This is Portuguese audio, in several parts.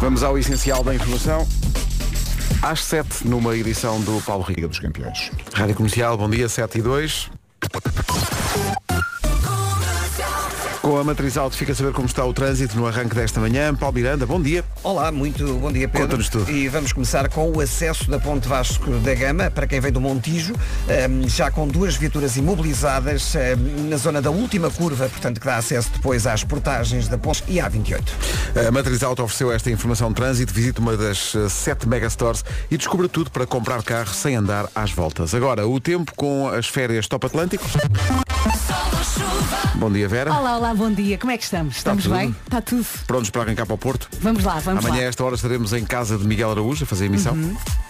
Vamos ao essencial da informação. Às 7, numa edição do Paulo Riga dos Campeões. Rádio Comercial, bom dia, 7 e 2. Com a matriz alto fica a saber como está o trânsito no arranque desta manhã. Paulo Miranda, bom dia. Olá, muito bom dia Pedro. Conta-nos tudo. E vamos começar com o acesso da Ponte Vasco da Gama, para quem vem do Montijo, ehm, já com duas viaturas imobilizadas ehm, na zona da última curva, portanto que dá acesso depois às portagens da Ponte e à 28. A Matriz Auto ofereceu esta informação de trânsito. Visite uma das eh, sete megastores e descubra tudo para comprar carro sem andar às voltas. Agora, o tempo com as férias Top Atlântico. Bom dia, Vera. Olá, olá, bom dia. Como é que estamos? Estamos tudo. bem? Está tudo. Prontos para arrancar para o Porto? Vamos lá, vamos Amanhã, a lá. Uhum. esta hora, estaremos em casa de Miguel Araújo a fazer emissão.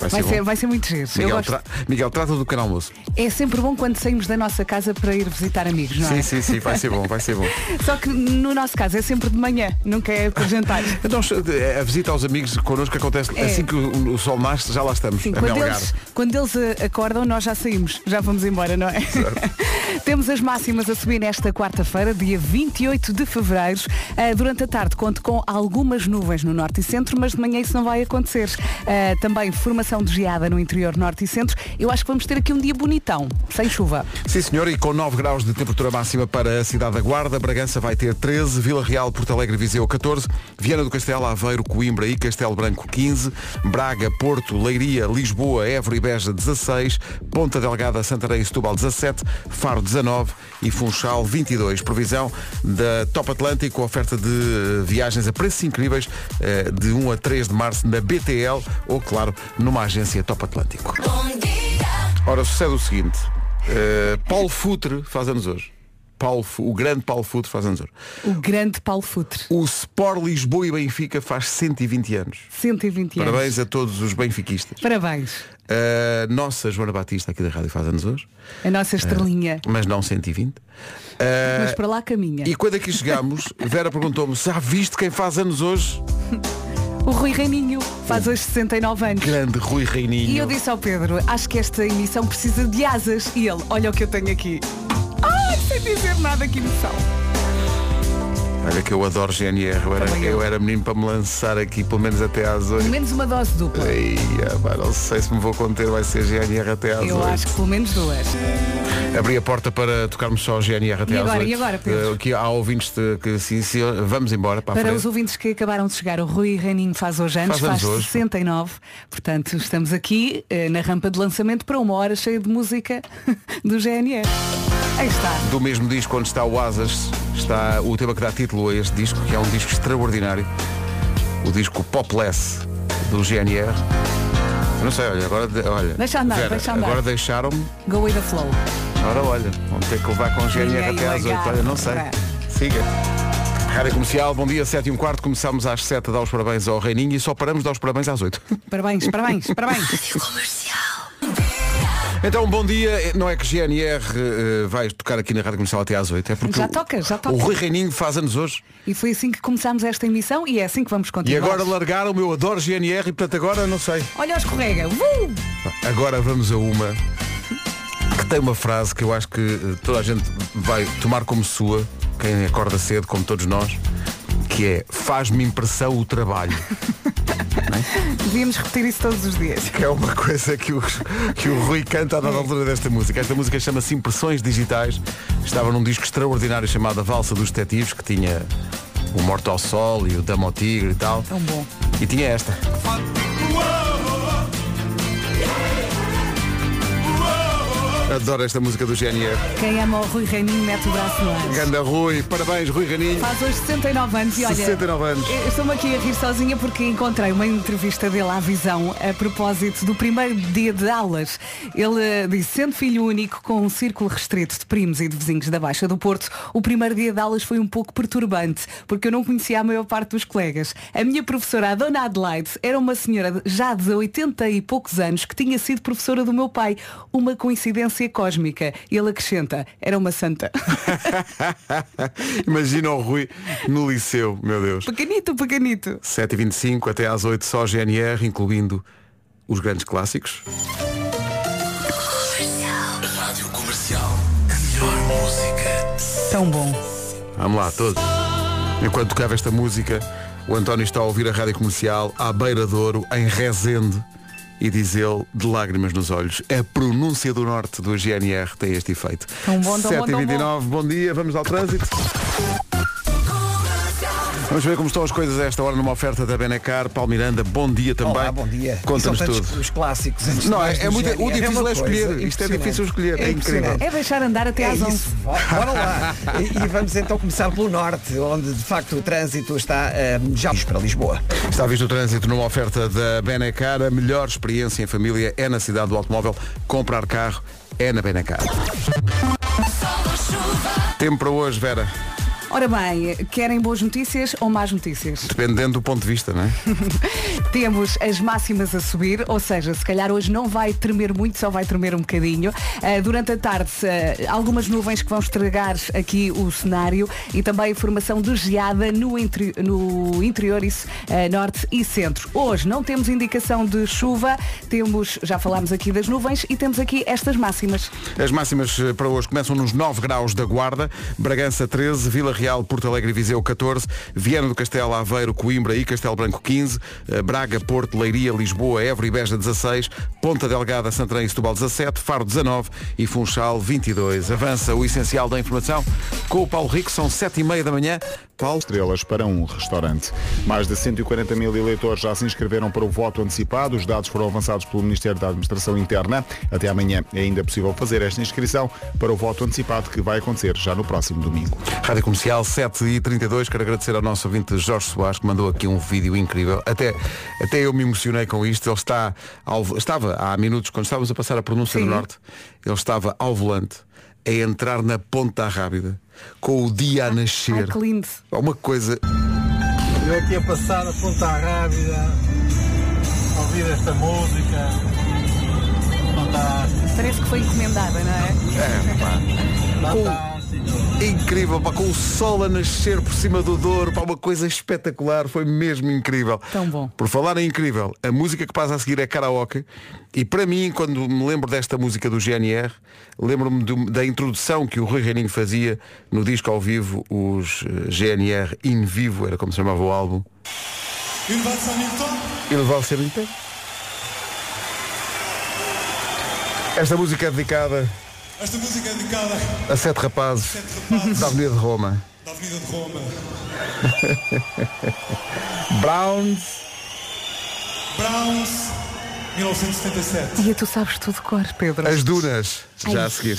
Vai Vai bom. ser, vai ser muito giro. Eu Miguel, gosto. tra- Miguel, trata do canal almoço. É sempre bom quando saímos da nossa casa para ir visitar amigos, não Sim, é? sim, sim, vai ser bom, vai ser bom. Só que no nosso caso é sempre de manhã, nunca é por jantar. Então, a visita aos amigos connosco acontece É. assim que o, o sol nasce, já lá estamos. Sim, a quando Melgar. eles, quando eles eh, acordam, nós já saímos, já vamos embora, não é? Temos as máximas a subir nesta quarta-feira, dia 28 de fevereiro. Eh, durante a tarde, conto com algumas nuvens no norte e centro, mas de manhã isso não vai acontecer. Eh, também formação de geada no interior norte e centro. Eu acho que vamos ter aqui um dia bonitão, sem chuva. Sim, senhor, e com 9 graus de temperatura máxima para a cidade da Guarda, Bragança vai ter 13, Vila Real, Porto Alegre e Viseu 14, Viana do Castelo, Aveiro, Coimbra e Castelo Branco 15, Braga, Porto, Leiria, Lisboa, Évora e Beja 16, Ponta Delgada, Santarém e Setúbal 17, Faro 19 e Funchal 22. Previsão da Top Atlântico, oferta de eh, viagens a preços incríveis eh, de 1 a 3 de março na BTL ou, claro, numa agência Top Atlântico. Ora, sucede o seguinte. eh, Paulo Futre faz anos hoje. Paulo, Fu- o grande Paulo Futre faz anos hoje. O grande Paulo Futre, O Sport Lisboa e Benfica faz 120 anos. 120 anos. Parabéns a todos os benfiquistas. Parabéns. A nossa Joana Batista aqui da rádio faz anos hoje, A nossa estrelinha, mas não 120. Eh, mas para lá caminha. e quando aqui chegamos, Vera perguntou-me, já viste quem faz anos hoje? O Rui Reininho faz hoje 69 anos. Grande Rui Reininho. E eu disse ao Pedro, acho que esta emissão precisa de asas. E ele, olha o que eu tenho aqui. Ai, sem dizer nada, que emoção. Olha que eu adoro GNR, eu era, Também eu. eu era menino para me lançar aqui, pelo menos até às Pelo 8. menos uma dose dupla. Ei, pá, não sei se me vou conter, vai ser GNR até às Eu 8. acho que pelo menos duas. Abri a porta para tocarmos só GNR até E às agora, 8. e agora, Pedro? Eh, que há ouvintes de- que sim, sim, vamos embora para, a Para frente. os ouvintes que acabaram de chegar, o Rui Reininho faz hoje anos, Faz anos faz, hoje. 69. Portanto, estamos aqui eh, na rampa de lançamento para uma hora cheia de música do GNR. Aí está. Do mesmo disco onde está o Asas, está o tema que dá título a este disco, que é um disco extraordinário. O disco Popless do GNR. Eu não sei, olha, agora. de- Olha, Deixa andar, Vera, deixa andar. Agora deixaram-me. Go with the flow. Ora, olha, vão ter que levar com o GNR Ninguém até o às 8. agarra. Olha, não sei. Vai. Siga. Rádio Comercial, bom dia, 7 e um quarto. Começámos às 7 a dar os parabéns ao Reininho e só paramos de dar os parabéns às 8. Parabéns, parabéns, parabéns. Então, bom dia. Não é que GNR eh, vai tocar aqui na Rádio Comercial até às 8. É porque Já o- toca, já toca. O Rui Reininho faz anos hoje. E foi assim que começámos esta emissão e é assim que vamos E continuar. agora largaram o eu adoro GNR e portanto agora não sei. Olha o escorrega. Vum! Agora vamos a uma que tem uma frase que eu acho que eh, toda a gente vai tomar como sua, quem acorda cedo, como todos nós, que é faz-me impressão o trabalho. Devíamos repetir isso todos os dias. que é uma coisa que o, que o Rui canta à dada altura desta música. Esta música chama-se Impressões Digitais. Estava num disco extraordinário chamado A Valsa dos Detetives, que tinha o Morto ao Sol e o Dama ao Tigre e tal. Tão bom. E tinha esta. Adoro esta música do GNR. Quem ama o Rui Reininho mete o braço no ar. Ganda Rui, parabéns Rui Raninho. Faz hoje 69 anos e olha. 69 anos. eu Estou-me aqui a rir sozinha porque encontrei uma entrevista dele à Visão a propósito do primeiro dia de aulas. Ele eh, disse, sendo filho único, com um círculo restrito de primos e de vizinhos da Baixa do Porto, o primeiro dia de aulas foi um pouco perturbante, porque eu não conhecia a maior parte dos colegas. A minha professora, a Dona Adelaide, era uma senhora já de 80 e poucos anos que tinha sido professora do meu pai. Uma coincidência cósmica. Ele acrescenta, era uma santa. é Imagina o Rui no liceu, meu Deus. Pequenito, pequenito. 7h25 até às 8 só GNR, incluindo os grandes clássicos. Rádio Comercial. A melhor música. Tão bom. Vamos lá, todos. Enquanto tocava esta música, O António está a ouvir a rádio comercial à beira de ouro, em Rezende. E diz ele, de lágrimas nos olhos, a pronúncia do norte do GNR tem este efeito. Tão bom, tão bom, tão 7h29, bom dia, vamos ao trânsito. Vamos ver como estão as coisas a esta hora numa oferta da Benacar. Paulo Miranda, bom dia também. Olá, bom dia. Conta-nos São tudo. tantos Os clássicos. antes de Não, mais é, do é muito, o GNR. difícil uma é, escolher. Isto coisa é impressionante. difícil escolher, é, incrível. impressionante. É deixar andar até É às isso, 11. Vá- bora lá. E, e vamos então começar pelo norte, onde de facto o trânsito está eh, já para Lisboa. Está visto o trânsito numa oferta da Benacar. A melhor experiência em família é na cidade do automóvel. Comprar carro é na Benacar. Tempo para hoje, Vera. Ora bem, querem boas notícias ou más notícias? Dependendo do ponto de vista, não é? Temos as máximas a subir, ou seja, se calhar hoje não vai tremer muito, só vai tremer um bocadinho. Ah, durante a tarde, ah, algumas nuvens que vão estragar aqui o cenário e também a formação de geada no, interi- no interior, isso, ah, norte e centro. Hoje não temos indicação de chuva, temos, já falámos aqui das nuvens e temos aqui estas máximas. As máximas eh, para hoje começam nos 9 graus da Guarda, Bragança 13, Vila Real, Porto Alegre e Viseu 14, Viana do Castelo, Aveiro, Coimbra e Castelo Branco 15, eh, Braga, Porto, Leiria, Lisboa, Évora e Beja 16, Ponta Delgada, Santarém e Setúbal 17, Faro 19 e Funchal 22. Avança o essencial da informação com o Paulo Rico, são 7 e meia da manhã. Paulo, estrelas para um restaurante. Mais de 140 mil eleitores já se inscreveram para o voto antecipado. Os dados foram avançados pelo Ministério da Administração Interna. Até amanhã é ainda possível fazer esta inscrição para o voto antecipado que vai acontecer já no próximo domingo. Rádio Comercial 7 e 32, quero agradecer ao nosso ouvinte Jorge Soares que mandou aqui um vídeo incrível. Até, até eu me emocionei com isto. Ele está ao, estava há minutos, quando estávamos a passar a pronúncia do Norte, ele estava ao volante a entrar na Ponta Rábida com o dia a Ah, Ai, nascer. que lindo. Uma coisa Eu aqui a passar a Ponta Rábida, a ouvir esta música. Fantástico, Parece que foi encomendada, não é? fantástico. incrível, pá, com o sol a nascer por cima do Douro, pá, uma coisa espetacular, foi mesmo incrível. Tão bom. Por falar em incrível, a música que passa a seguir é karaoke e para mim, quando me lembro desta música do GNR, lembro-me do- da introdução que o Rui Reininho fazia no disco ao vivo, os eh, GNR in vivo, era como se chamava o álbum. Il Valse Milton. Esta música é dedicada Esta música é dedicada a sete rapazes rapazes. da Avenida de Roma. à Avenida de Roma. Browns. Browns, 1977. E tu sabes tudo de cor, Pedro. As Dunas, já a seguir.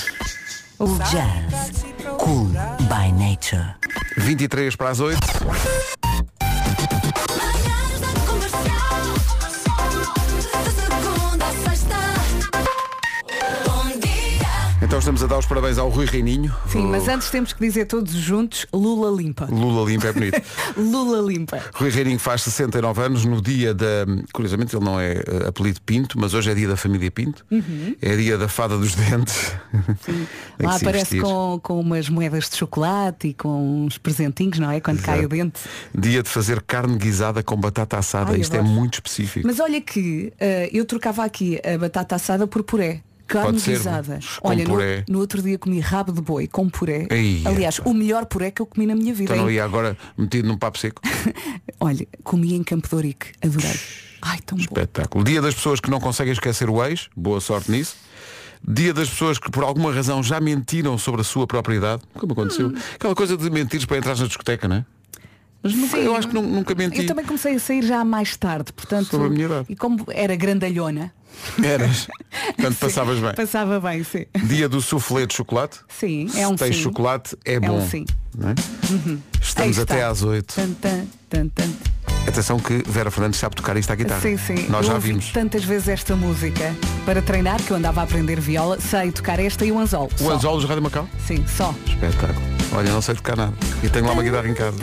O jazz. Cool by nature. 23 para as 8. Então estamos a dar os parabéns ao Rui Reininho. Sim, O mas é- antes temos que dizer todos juntos, Lula limpa. Lula limpo é bonito. Lula limpa. Rui Reininho faz 69 anos no dia da. Curiosamente ele não é eh, apelido Pinto, mas hoje é dia da família Pinto. É dia da fada dos dentes. Tem que Uhum. Lá se aparece vestir. com, com umas moedas de chocolate e com uns presentinhos, não é? Quando cai o dente. Dia de fazer carne guisada com batata assada. Ai, Isto é adoro. muito específico. Mas olha que eh, eu trocava aqui a batata assada por puré. Carne Pode ser, guisada. com Olha, no, puré. no outro dia comi rabo de boi com puré. Ei, Aliás, o melhor puré que eu comi na minha vida. Então não hein? ia agora metido num papo seco. Olha, comi em Campo de Ourique. Adorei. Ai, tão bom. Espetáculo. Dia das pessoas que não conseguem esquecer o ex, boa sorte nisso. Dia das pessoas que por alguma razão já mentiram sobre a sua propriedade, como aconteceu. Hum. Aquela coisa de mentires para entrar na discoteca, não é? Mas nunca- Eu acho que nun- nunca menti. Eu também comecei a sair já mais tarde, portanto. Sobre a minha idade. E como era grandalhona, Eras. Portanto, passavas bem. passava bem, sim. Dia do soufflé de chocolate. Sim, é Se um tem sim. chocolate, é, um bom. sim. Uhum. não é? Estamos Aí está. até às 8. Tan, tan, tan, tan. Atenção que Vera Fernandes sabe tocar isto à guitarra. Sim, sim. Nós eu já ouvi vimos. tantas vezes esta música para treinar que eu andava a aprender viola, sei tocar esta e o anzol. O Só. anzol dos Rádio Macau? Sim, só. Espetáculo. Olha, não sei tocar nada. E tenho lá uma guitarra em casa.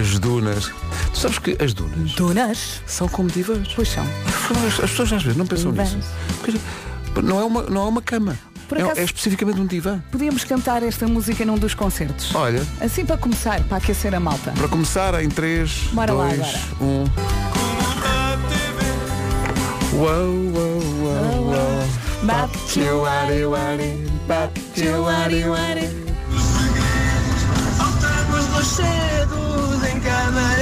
As dunas. Tu sabes que as dunas Dunas são como divãs. Pois são. As as pessoas às vezes não pensam Divãs. nisso. Porque não é uma, não é uma cama. Por É- acaso- é, especificamente um divã. Podíamos cantar esta música num dos concertos. Olha, Assim para começar, para aquecer a malta. para começar em um. 3, Bora lá 2, agora. 1. Uou, uou, uou, uou. Batiuari, uari, batiuari, uari. Saltamos dos cedos em cada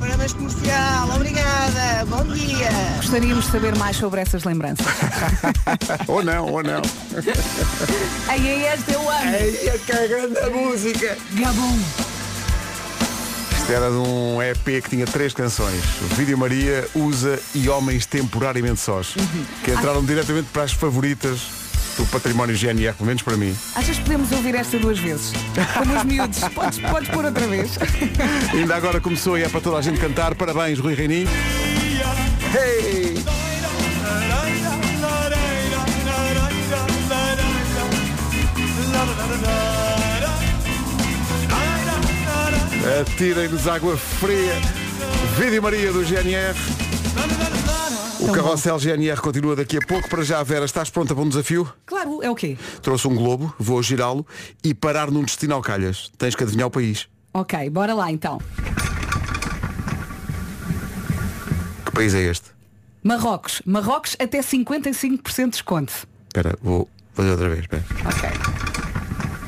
Rádio Comercial. Obrigada. Bom dia. Gostaríamos de saber mais sobre essas lembranças. ou não, ou não. Ai, ai, é esta eu amo. Ai, é que grande música! Gabum. Isto era de um EP que tinha três canções. Vídeo Maria, Usa e Homens Temporariamente Sós. Uhum. Que entraram diretamente para as favoritas do património GNR, pelo menos para mim. Achas que podemos ouvir esta duas vezes? Como os miúdos. Podes, podes pôr outra vez. Ainda agora começou e é para toda a gente cantar. Parabéns, Rui Reininho. Hey! Atirem-nos água fria. Vídeo Maria do GNR. O carrossel GNR continua daqui a pouco. Para já, Vera, estás pronta para um desafio? Claro, é o quê? Trouxe um globo, vou girá-lo e parar num destino ao calhas. Tens que adivinhar o país. Ok, bora lá então. Que país é este? Marrocos. Marrocos até 55% de desconto. Espera, vou fazer outra vez. Espera. Ok.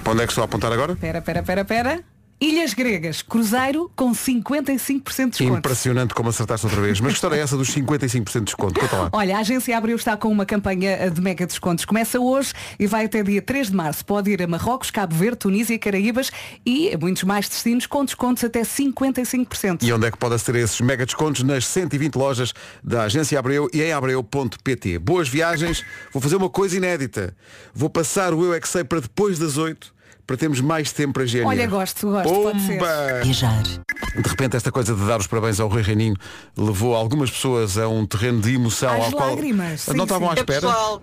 Para onde é que estou a apontar agora? Pera, pera, pera, pera. Ilhas Gregas, cruzeiro com 55% de desconto. Impressionante como acertaste outra vez. Mas que história é essa dos 55% de desconto? Conta lá. Olha, a Agência Abreu está com uma campanha de mega descontos. Começa hoje e vai até dia 3 de março. Pode ir a Marrocos, Cabo Verde, Tunísia, Caraíbas e a muitos mais destinos com descontos até 55%. E onde é que pode aceder esses mega descontos? Nas 120 lojas da Agência Abreu e em abreu.pt. Boas viagens. Vou fazer uma coisa inédita. Vou passar o Eu é Que Sei para depois das 8 para termos mais tempo para GNR. Olha, gosto, gosto, pode ser. Pumba! Viajar. De repente esta coisa de dar os parabéns ao Rui Reininho levou algumas pessoas a um terreno de emoção Às ao qual lágrimas, sim, não estavam sim. à espera. Pessoal,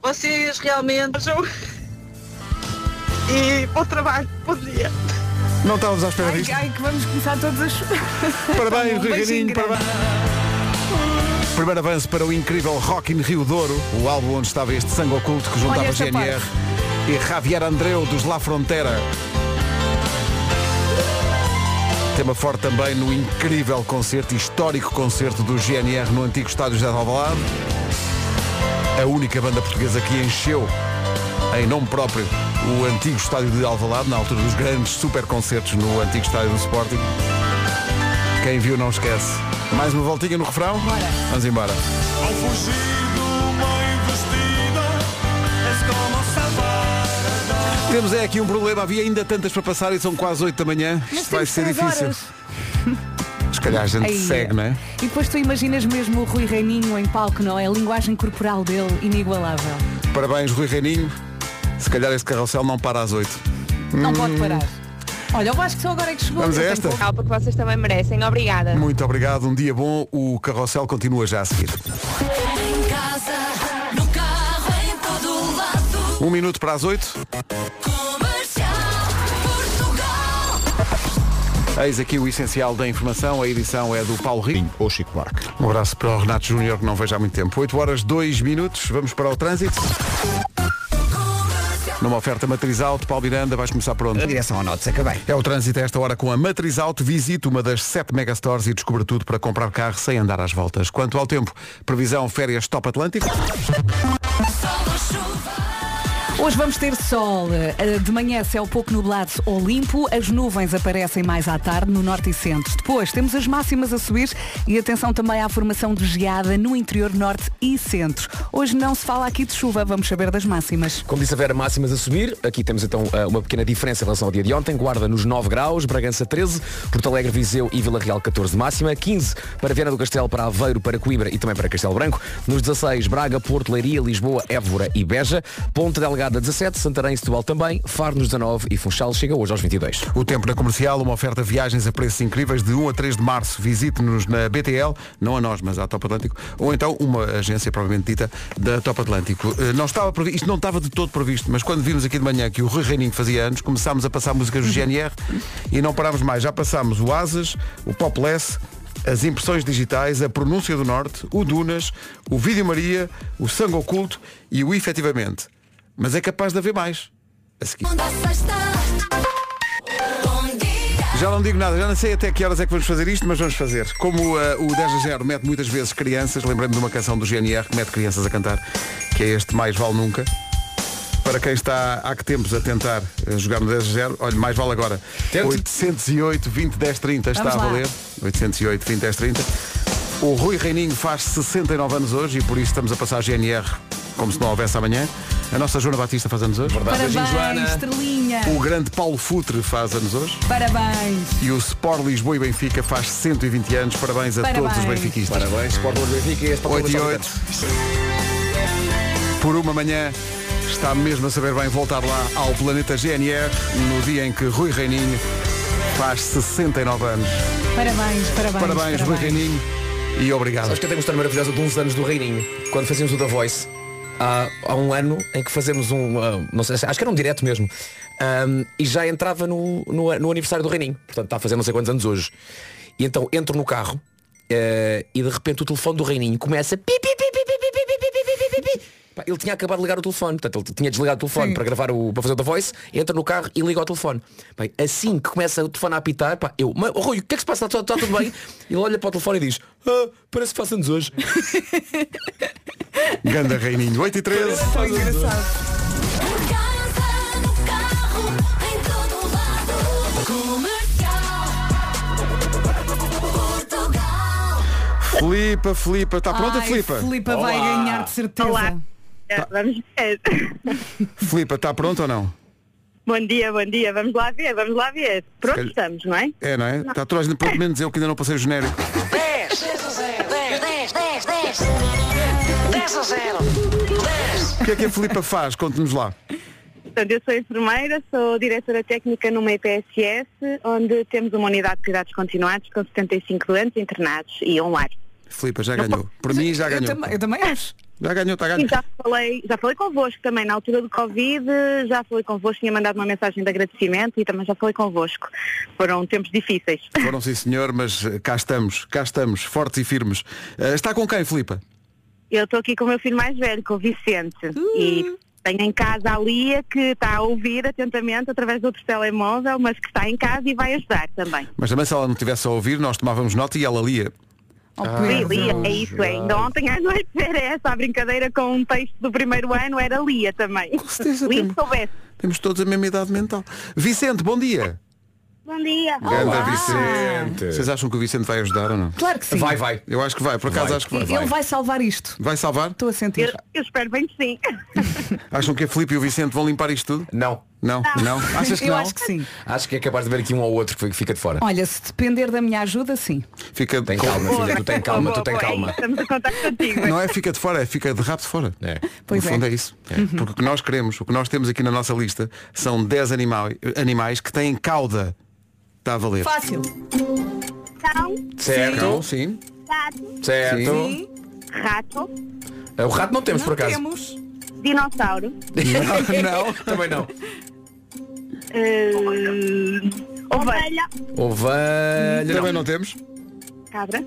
vocês realmente são... E bom trabalho. Bom dia. Não estávamos à espera Ai, disto. ai, que vamos começar todos a chorar. Parabéns, Um Rui beijinho Reininho, grande. parabéns. Primeiro avanço para o incrível Rock in Rio Douro, o álbum onde estava este sangue oculto que juntava Olha esta GNR parte. e Javier Andreu dos La Frontera. Tema forte também no incrível concerto, histórico concerto do GNR no antigo estádio José de Alvalade. A única banda portuguesa que encheu em nome próprio o antigo estádio de Alvalade, na altura dos grandes super concertos no antigo estádio do Sporting. Quem viu não esquece. Mais uma voltinha no refrão? Bora. Vamos embora. Ao fugir de uma investida, és como salvar. Temos é aqui um problema, havia ainda tantas para passar e são quase 8 da manhã. Mas Isto vai temos ser três difícil. horas. Se calhar a gente Aí segue, não é? E depois tu imaginas mesmo o Rui Reininho em palco, não é? A linguagem corporal dele inigualável. Parabéns, Rui Reininho. Se calhar este carrossel não para às 8. Não pode parar. Olha, eu acho que só agora é que chegou. Hum. Vamos a Eu esta? tenho que- Porque vocês também merecem. Obrigada. Muito obrigado, um dia bom. O carrossel continua já a seguir. Em casa, no carro, em todo lado. Um minuto para as 8. Comercial, Portugal. Eis aqui o essencial da informação. A edição é do Paulo Rico. Sim, ou Chico Buarque. Um abraço para o Renato Júnior, que não vejo há muito tempo. 8 horas, 2 minutos, vamos para o trânsito. Numa oferta matriz alto, Paulo Miranda, vais começar pronto. A direção ao Notes, acabei. É o trânsito a esta hora com a Matriz Auto. Visite uma das sete megastores e descubra tudo para comprar carro sem andar às voltas. Quanto ao tempo, previsão férias top Atlântico. Hoje vamos ter sol. Eh, De manhã céu pouco nublado ou limpo. As nuvens aparecem mais à tarde no norte e centro. Depois temos as máximas a subir e atenção também à formação de geada no interior norte e centro. Hoje não se fala aqui de chuva, vamos saber das máximas. Como disse a Vera, máximas a subir. Aqui temos então eh, uma pequena diferença em relação ao dia de ontem. Guarda nos 9 graus, Bragança 13, Porto Alegre, Viseu e Vila Real 14 de máxima. 15 para Viana do Castelo, para Aveiro, para Coimbra e também para Castelo Branco. Nos 16, Braga, Porto, Leiria, Lisboa, Évora e Beja. Ponte Delgada 17, Santarém e Setúbal também. Faro nos 19 e Funchal chega hoje aos 22. O tempo na comercial, uma oferta de viagens a preços incríveis de 1 a 3 de março. Visite-nos na BTL, não a nós, mas à Top Atlântico, ou então uma agência propriamente dita da Top Atlântico. Eh, Não estava previ- isto não estava de todo previsto, mas quando vimos aqui de manhã que o Rui Reininho fazia anos, começámos a passar músicas do GNR e não parámos mais. Já passámos o Asas, o Popless, as impressões digitais, a pronúncia do Norte, o Dunas, o Vídeo Maria, o Sangue Oculto e o Efetivamente. Mas é capaz de haver mais. A seguir. Onda sexta. Bom dia. Já não digo nada, já não sei até que horas é que vamos fazer isto, mas vamos fazer. Como eh, o 10 a 0 mete muitas vezes crianças, lembrei-me de uma canção do GNR que mete crianças a cantar, que é este Mais Vale Nunca. Para quem está há que tempos a tentar eh, jogar no 10 a 0, olha, mais vale agora. 808 20 10 30 está Vamos a lá. valer. 808 20 10 30. O Rui Reininho faz 69 anos hoje e por isso estamos a passar a GNR como se não houvesse amanhã. A nossa Joana Batista faz anos hoje. Parabéns, estrelinha. O grande Paulo Futre faz anos hoje. Parabéns. E o Sport Lisboa e Benfica faz 120 anos. Parabéns a Parabéns. todos os benfiquistas. Parabéns, Sport Lisboa e Benfica e Sport 8 e Lisboa e 8. Por uma manhã está mesmo a saber bem voltar lá ao planeta GNR no dia em que Rui Reininho faz 69 anos. Parabéns, parabéns. Parabéns, Rui Reininho. E obrigado. Sabes que eu tenho uma história maravilhosa de uns anos do Reininho, quando fazíamos o da Voice, há, há um ano em que fazemos um, ah, não sei, acho que era um direto mesmo, ahm, e já entrava no, no, no aniversário do Reininho, portanto está a fazer não sei quantos anos hoje. E então entro no carro eh, e de repente o telefone do Reininho começa pi, pi, pi, pi, pi, pi, pi, pi, pi, pi, pi, pi, pi. Pá, Ele tinha acabado de ligar o telefone, portanto ele tinha desligado o telefone para gravar o para fazer o da voice, entra no carro e liga o telefone. Bem, assim que começa o telefone a apitar, pá, eu, "Mas, oh, Rui, o que é que se passa? Está, está tudo bem? Ele olha para o telefone e diz, ah, parece que façam-nos hoje. Ganda Reininho. 8 e 13. Foi engraçado. Em todo lado. Comercial. Portugal. Flipa, Flipa. Está pronta, Ai, Flipa? Filipa vai ganhar de certeza. Olá. Vamos ver. Flipa, está pronta ou não? Bom dia, bom dia. Vamos lá ver, vamos lá ver. Pronto, estamos, não é? É, não é? Está toda a gente, pelo menos eu que ainda não passei o genérico. 10, 10, 10, 10, 10. 10 a 0. 10. O que é que a Flipa faz? Conte-nos lá. Portanto, eu sou enfermeira, sou diretora técnica numa IPSS, onde temos uma unidade de cuidados continuados com 75 doentes internados e um lar. Flipa, já ganhou. Por mim, já Eu ganhou. também- eu também acho. Já ganhou, tá está E ganho. Então. já falei, já falei convosco também, na altura do Covid, já falei convosco, tinha mandado uma mensagem de agradecimento e também já falei convosco. Foram tempos difíceis. Foram sim senhor, mas eh, cá estamos, cá estamos, fortes e firmes. Eh, está com quem, Flipa? Eu estou aqui com o meu filho mais velho, com o Vicente. E tenho em casa a Lia, que está a ouvir atentamente através do outro telemóvel, mas que está em casa e vai ajudar também. Mas também se ela não estivesse a ouvir, nós tomávamos nota e ela lia. Oh, Ah, Sim, Lia, é isso, é. Ainda ontem à noite era essa a brincadeira com um texto do primeiro ano, era Lia também. Lia que soubesse. Temos todos a mesma idade mental. Vicente, bom dia. Bom dia. Ganda Vicente. Vocês acham que o Vicente vai ajudar ou não? é- Claro que sim. Vai, vai. Eu acho que vai, por acaso acho que vai. Ele vai salvar isto. Vai salvar? Estou a sentir. Eu espero bem que sim. Acham que a Filipe e o Vicente vão limpar isto tudo? Não. Não? Não? Achas que Eu não? acho que sim. Acho que é capaz de ver aqui um ou outro que fica de fora. Olha, se depender da minha ajuda, sim. Fica tem calma, filha, tu tem calma, tu tem calma. Estamos a contar contigo. Não é fica de fora, é fica de rabo de fora. É. Pois no fundo é. é, isso. Uhum. Porque o que nós queremos, o que nós temos aqui na nossa lista, são 10 animal- animais que têm cauda. Está a valer. Fácil. Cão, sim. Gato. Certo. É Sim. Rato. O rato não temos, por acaso. Temos. Dinossauro. não. Também não. Eh, ovelha. Ovelha. Também não temos. Cabra.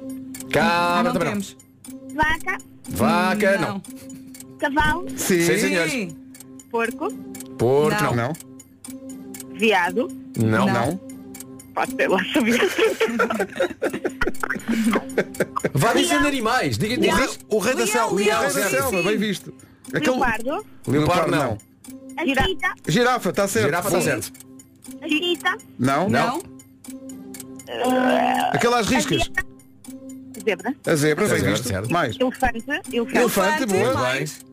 Cabra Ah, também não. Vaca. Vaca, não. Cavalo. Sim. Sim, senhores. Porco. Porco, não. Não. Viado. Não. Pode ser lá subir. Vá dizendo animais. Diga, O diga. rei, o rei da selva, o rei leão, da sim, selva, sim. é bem visto. Leopardo. Leopardo não. Girafa. Girafa, está certo. Girafa, Sim. tá certo. Chita. Não? Não. Aquela às riscas. Zebra. A zebra, bem Zebra, visto. certo. Mais. Elefante. eh, Elefante. Elefante, boa. Dentes,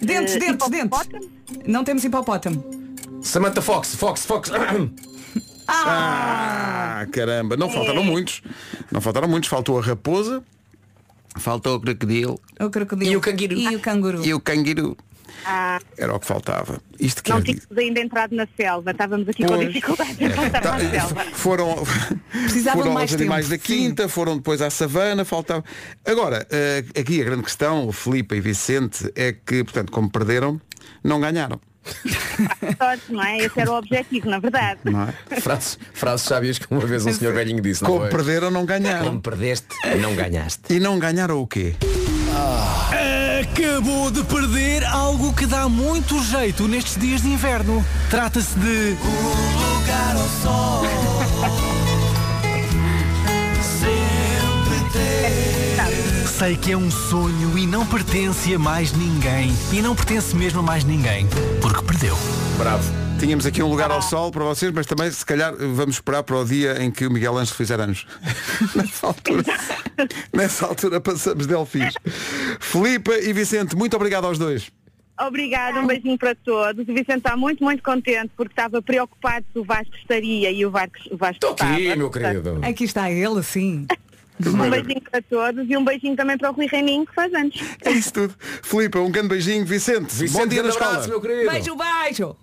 Eh, dentes, dentes. Não temos hipopótamo. Samantha Fox, Fox, Fox. Ah, caramba. Não É. faltaram muitos. Não faltaram muitos. Faltou a raposa. Faltou o crocodilo. O crocodilo. E o canguru. E o canguru. E o canguiru. Ah, Era o que faltava. Isto que não é- tínhamos ainda entrado na selva. Estávamos aqui com Pois. dificuldades em voltar Tá, à selva. foram Precisavam foram de mais aos animais tempo, da quinta, foram depois à savana, faltava. Agora, eh, aqui a grande questão, o Filipe e Vicente, é que, portanto, como perderam, não ganharam. Sorte, não é? Esse era o objetivo, na verdade. Não é? frases, frases sábias que uma vez um senhor velhinho disse. Como não foi? perderam, não ganharam. Como perdeste, não ganhaste. E não ganharam o quê? Acabou de perder algo que dá muito jeito nestes dias de inverno. Trata-se de. Lugar ao sol. Sempre ter. sei que é um sonho e não pertence a mais ninguém. E não pertence mesmo a mais ninguém. Porque perdeu. Bravo. Tínhamos aqui um lugar ao sol para vocês, mas também se calhar vamos esperar para o dia em que o Miguel Anjo fizer anos. nessa, altura, nessa altura passamos delfins. Filipe e Vicente, muito obrigado aos dois. Obrigada, um beijinho para todos. O Vicente está muito, muito contente porque estava preocupado se o Vasco estaria e o Vasco, o Vasco estava. tá- Portanto, Aqui está ele, sim. Um beijinho para todos e um beijinho também para o Rui Reininho que faz anos. É isso tudo. Filipe, um grande beijinho. Vicente, bom dia na escola. Beijo, beijo.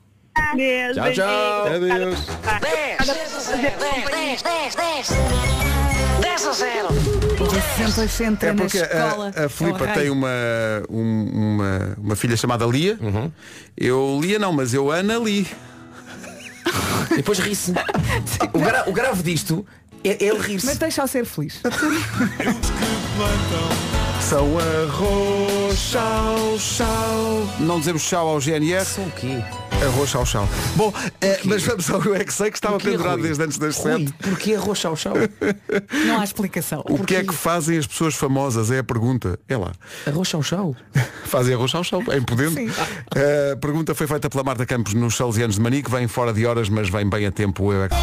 Beijo, Tchau, tchau. Adeus. Sempre centra É na porque escola. a, a Filipa É o tem rei. uma, um- uma, uma filha chamada Lia. Eu Lia não, mas eu Ana Li. um. E depois ri-se. O, gra- o grave disto é ele rir-se. Mas deixa-o ser feliz. São arroz, chau, chau. Não dizemos chau ao GNS. São o quê? Arroz, chau, chau. Bom, eh, mas vamos ao Eu É Que Sei, que estava Porquê, pendurado Rui? desde antes das Rui, 7. Porquê arroz chau chau? Não há explicação. O que é que fazem as pessoas famosas? É a pergunta. É lá. Arroz chau chau? Fazem arroz ao chão, é impudente. Eh, Sim. A pergunta foi feita pela Marta Campos nos Salesianos de Manique. Vem fora de horas, mas vem bem a tempo. o Eu é que...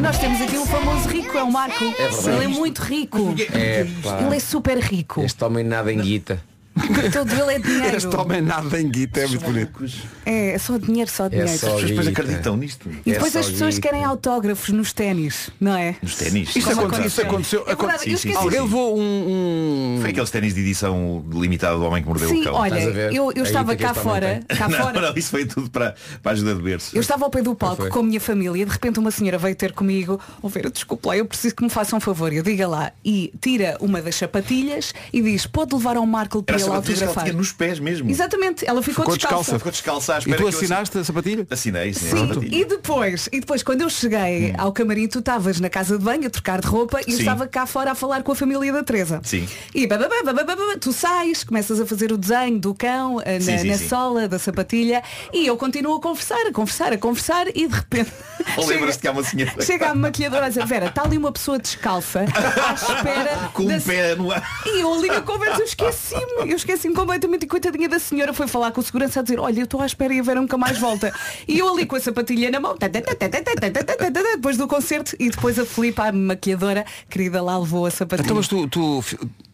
Nós temos aqui o famoso rico, é o Marco. verdade. ele é muito rico. É, pá. Ele é super rico. Este homem nada em guita. Todo ele é dinheiro. Este homem nada em guita, é muito bonito. É, é só dinheiro, só dinheiro. é. nisto. E depois as pessoas querem autógrafos nos ténis, não é? Nos ténis. Isto Como aconteceu. Isso aconteceu. É verdade, Sim, eu sim, esqueci. sim, sim. levou um. Foi aqueles ténis de edição limitada do Homem que Mordeu Sim, o Cão. olha, Estás a ver? eu- eu A estava guita que cá este fora, homem tem. cá não, fora. Não, isso foi tudo para, para a ajuda de berço. Eu estava ao pé do palco foi. com a minha família e de repente uma senhora veio ter comigo, ó Vera, desculpe lá, eu preciso que me faça um favor, eu diga lá, e tira uma das sapatilhas e diz, pode levar ao Marco para Era ele só que ela autografar. tinha nos pés mesmo. Exatamente, ela ficou, descalça. Ficou descalça à E espera tu que eu assinaste a sapatilha? Assinei, sim. é Hum. Sim, e depois, e depois quando eu cheguei ao camarim, tu estavas na casa de banho a trocar de roupa e eu Sim. estava cá fora a falar com a família da Teresa. Sim. E bababá, bababá, babá, tu sais, começas a fazer o desenho do cão eh, na, Sim, sim, na sim. sola da sapatilha e eu continuo a conversar, a conversar, a conversar e de repente Ou lembras-te que há uma senhora chega a maquilhadora a dizer, Vera, está ali uma pessoa descalça à espera com da um pé no ar. e eu ali na conversa, eu esqueci-me, eu esqueci-me completamente e coitadinha da senhora foi falar com o segurança a dizer, olha, eu estou à espera e a Vera nunca mais volta. E eu ali com a sapatilha na mão, tá, tá, tá, tá, tá, tá, tá, tá, tá, tá, depois do concerto e depois a Filipe, a maquiadora, querida, lá levou a sapatilha. Então, mas tu, tu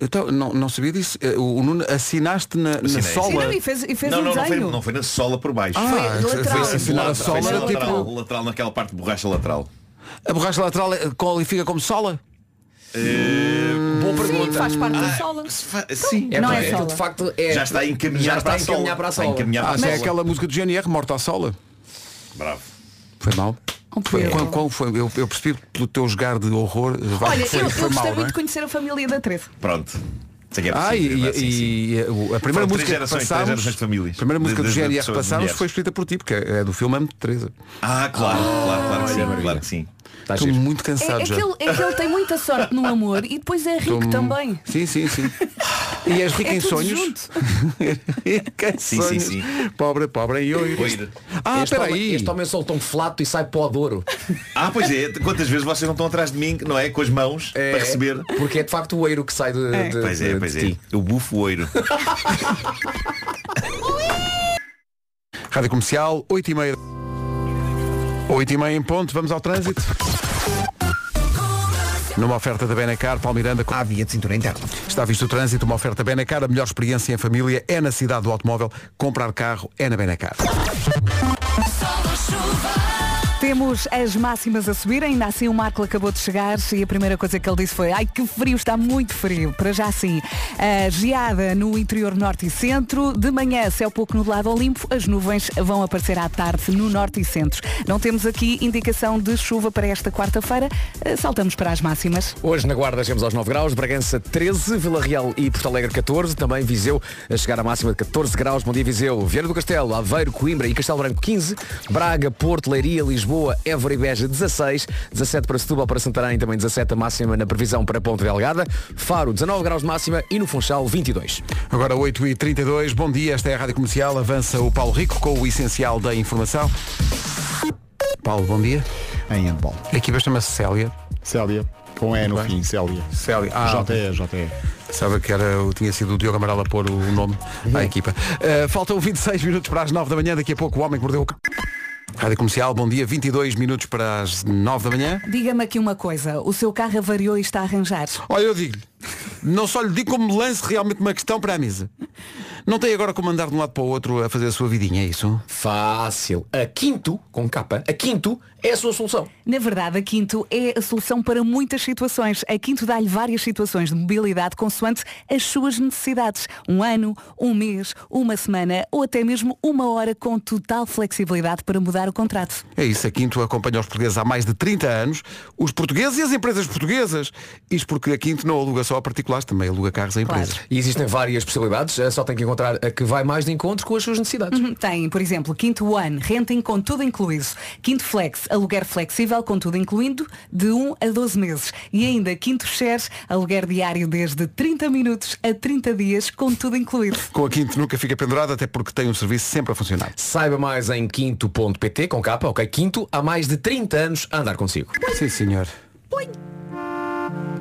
então, não, não sabia disso? Eh, O Nuno assinaste na, na Assinei. sola. Sim, não, e fez- e fez não, um não, não foi, desenho. não foi na sola por baixo. Ah, Foi lateral. foi Foi assim, lateral, a sola foi assim, era tipo- lateral, lateral naquela parte de borracha lateral. A borracha lateral eh, qualifica como sola? Boa Sim, faz parte Ah, da sola. Sim, não é, é, sola. de facto, é- Já está a encaminhar Já está a para a sola. encaminhar para a Está a sola. encaminhar para a Ah, é sola. aquela música do GNR, Morta à Sola. Bravo. Foi mal. Foi, qual, qual foi? Eu, eu percebi pelo teu jogar de horror. vai, Olha, foi, eu, eu foi gostei mal, não muito é? de conhecer a família da Teresa. Pronto. Sei que é Ah, possível, e, é, sim, e- sim. e a a Foram primeira música três que gerações, três passámos, gerações de famílias. a primeira De- música do de- de GNR que pessoas, de passámos mulheres. foi escrita por ti, porque é do filme Amo de Teresa. Ah, claro, claro, claro que sim, claro que sim. Tá Estou muito cansado É, é já. que ele, é que ele tem muita sorte no amor e depois é rico Estou- também. Sim, sim, sim. E és rico É em tudo sonhos. junto. rico em Sim, sim, sonhos. sim. Pobre, pobre em oiro. Ah, este, espera homem, aí. este homem solta um flato e sai para o adouro. Ah, pois é, quantas vezes vocês não estão atrás de mim, não é? Com as mãos É, para receber. Porque é de facto o eiro que sai de, É. de- Pois é, de- pois de é. ti. Eu bufo o eiro. Rádio Comercial, 8 e meia. 8 e meia em ponto, vamos ao trânsito. Numa oferta da Benacar, Paulo Miranda... Com... Há via de cintura interna. Está visto o trânsito, uma oferta Benacar, a melhor experiência em família é na cidade do automóvel. Comprar carro é na Benacar. Temos as máximas a subir, ainda assim o Marco acabou de chegar e a primeira coisa que ele disse foi ai que frio, está muito frio, para já sim. A geada no interior norte e centro, de manhã céu pouco nublado ao limpo, as nuvens vão aparecer à tarde no norte e centro. Não temos aqui indicação de chuva para esta quarta-feira, Eh, saltamos para as máximas. Hoje na Guarda chegamos aos 9 graus, Bragança 13, Vila Real e Porto Alegre 14, também Viseu a chegar à máxima de 14 graus, Bom dia Viseu, Vieira do Castelo, Aveiro, Coimbra e Castelo Branco 15, Braga, Porto, Leiria, Lisboa, Évora e Beja 16, 17 para Setúbal, para Santarém também 17 a máxima na previsão para Ponte Delgada, Faro 19 graus de máxima e no Funchal 22. Agora 8h32, bom dia, esta é a Rádio Comercial, avança o Paulo Rico com o essencial da informação. Paulo, bom dia. Em handball. A equipa chama-se Célia. Célia. Com E no fim, Célia. Célia. Ah, JE, JE. Sabe que era, o- tinha sido o Diogo Amaral a pôr o nome à equipa. Uh, faltam 26 minutos para as 9 da manhã. Daqui a pouco o homem que mordeu o cão. Rádio Comercial, bom dia. 22 minutos para as 9 da manhã. Diga-me aqui uma coisa, o seu carro avariou e está a arranjar. Olha, eu digo-lhe, não só lhe digo como me lance realmente uma questão para a mesa. Não tem agora como andar de um lado para o outro a fazer a sua vidinha, é isso? Fácil. A quinto, com capa, a quinto é a sua solução. Na verdade, a Quinto é a solução para muitas situações. A Quinto dá-lhe várias situações de mobilidade consoante as suas necessidades. Um ano, um mês, uma semana ou até mesmo uma hora com total flexibilidade para mudar o contrato. É isso, a Quinto acompanha os portugueses há mais de 30 anos, os portugueses e as empresas portuguesas. Isto porque a Quinto não aluga só a particulares, também aluga carros a empresas. E existem várias possibilidades, eh, só tem que encontrar a que vai mais de encontro com as suas necessidades. Uhum, Tem, por exemplo, Quinto One, renting com tudo incluído. Quinto Flex, aluguer flexível com tudo incluindo, de 1 a 12 meses. E ainda Quinto Share, aluguer diário desde 30 minutos a 30 dias com tudo incluído. Com a Quinto nunca fica pendurado, até porque tem um serviço sempre a funcionar. Saiba mais em quinto.pt, com capa, ok? Quinto, há mais de 30 anos a andar consigo. Sim, senhor.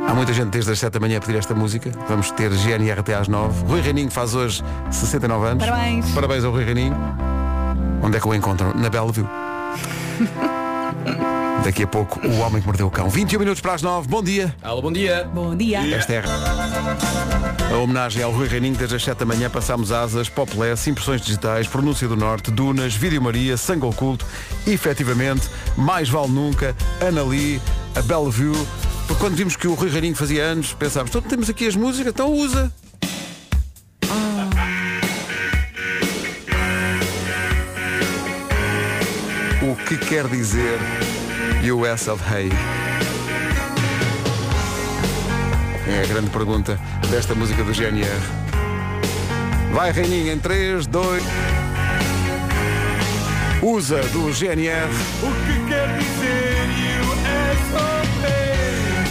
Há muita gente desde as 7 da manhã a pedir esta música. Vamos ter GNR até às 9. Rui Reininho faz hoje 69 anos. Parabéns. Parabéns ao Rui Reininho. Onde é que o encontram? Na Bellevue. Daqui a pouco, o homem que mordeu o cão. 21 minutos para as 9. Bom dia. Alô, bom dia. Bom dia. Esta é a homenagem ao Rui Reininho desde as 7 da manhã passámos asas, Popless, impressões digitais, pronúncia do norte, Dunas, Vídeo Maria, Sangue Oculto, efetivamente, Mais Vale Nunca, Anali, a Bellevue. Porque quando vimos que o Rui Reininho fazia anos, pensámos, então temos aqui as músicas, então usa. O que quer dizer US of Hay? É a grande pergunta desta música do GNR. Vai, Reininho, em 3, 2. Usa do GNR O que quer dizer USA?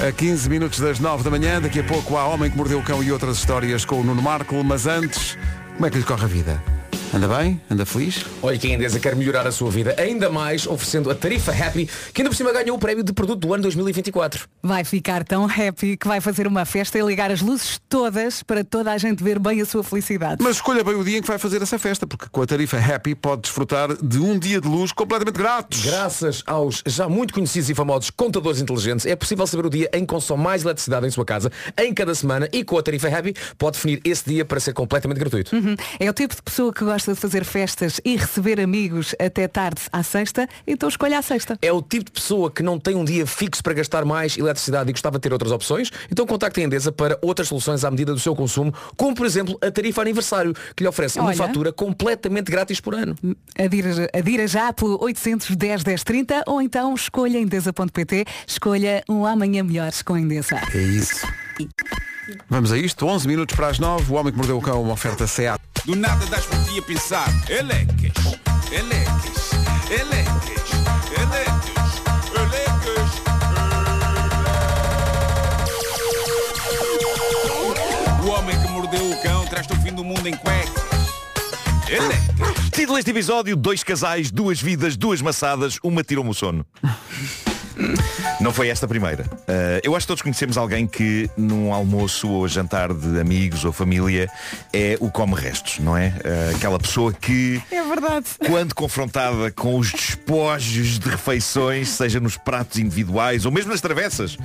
a 15 minutos das 9 da manhã. Daqui a pouco há Homem que Mordeu o Cão e outras histórias com o Nuno Marco. Mas antes, como é que lhe corre a vida? Anda bem? Anda feliz? Olha quem Endesa quer melhorar a sua vida, ainda mais oferecendo a tarifa Happy, que ainda por cima ganhou o prémio de produto do ano 2024. Vai ficar tão happy que vai fazer uma festa e ligar as luzes todas para toda a gente ver bem a sua felicidade. Mas escolha bem o dia em que vai fazer essa festa, porque com a tarifa Happy pode desfrutar de um dia de luz completamente grátis. Graças aos já muito conhecidos e famosos contadores inteligentes, é possível saber o dia em que consome mais eletricidade em sua casa, em cada semana, e com a tarifa Happy pode definir esse dia para ser completamente gratuito. Uhum. É o tipo de pessoa que gosta de fazer festas e receber amigos até tarde à sexta, então escolha a sexta. É o tipo de pessoa que não tem um dia fixo para gastar mais eletricidade e gostava de ter outras opções? Então contacte a Endesa para outras soluções à medida do seu consumo, como por exemplo a tarifa aniversário, que lhe oferece uma Olha. fatura completamente grátis por ano. Adira, adira já pelo 810 1030 ou então escolha endesa.pt, escolha um amanhã melhor com a Endesa. É isso. Vamos a isto, 11 minutos para as 9, o homem que mordeu o cão, uma oferta SEAT. Do nada das por ti a pensar. Eleques, eleques, eleques, eleques, eleques. O homem que mordeu o cão traz-te o fim do mundo em cuecas. Eleques. Título deste episódio, dois casais, duas vidas, duas maçadas, uma tirou-me o sono. Não foi esta a primeira. Ah, eu acho que todos conhecemos alguém que num almoço ou jantar de amigos ou família é o come restos, não é? Ah, aquela pessoa que É verdade. quando confrontada com os despojos de refeições, seja nos pratos individuais ou mesmo nas travessas,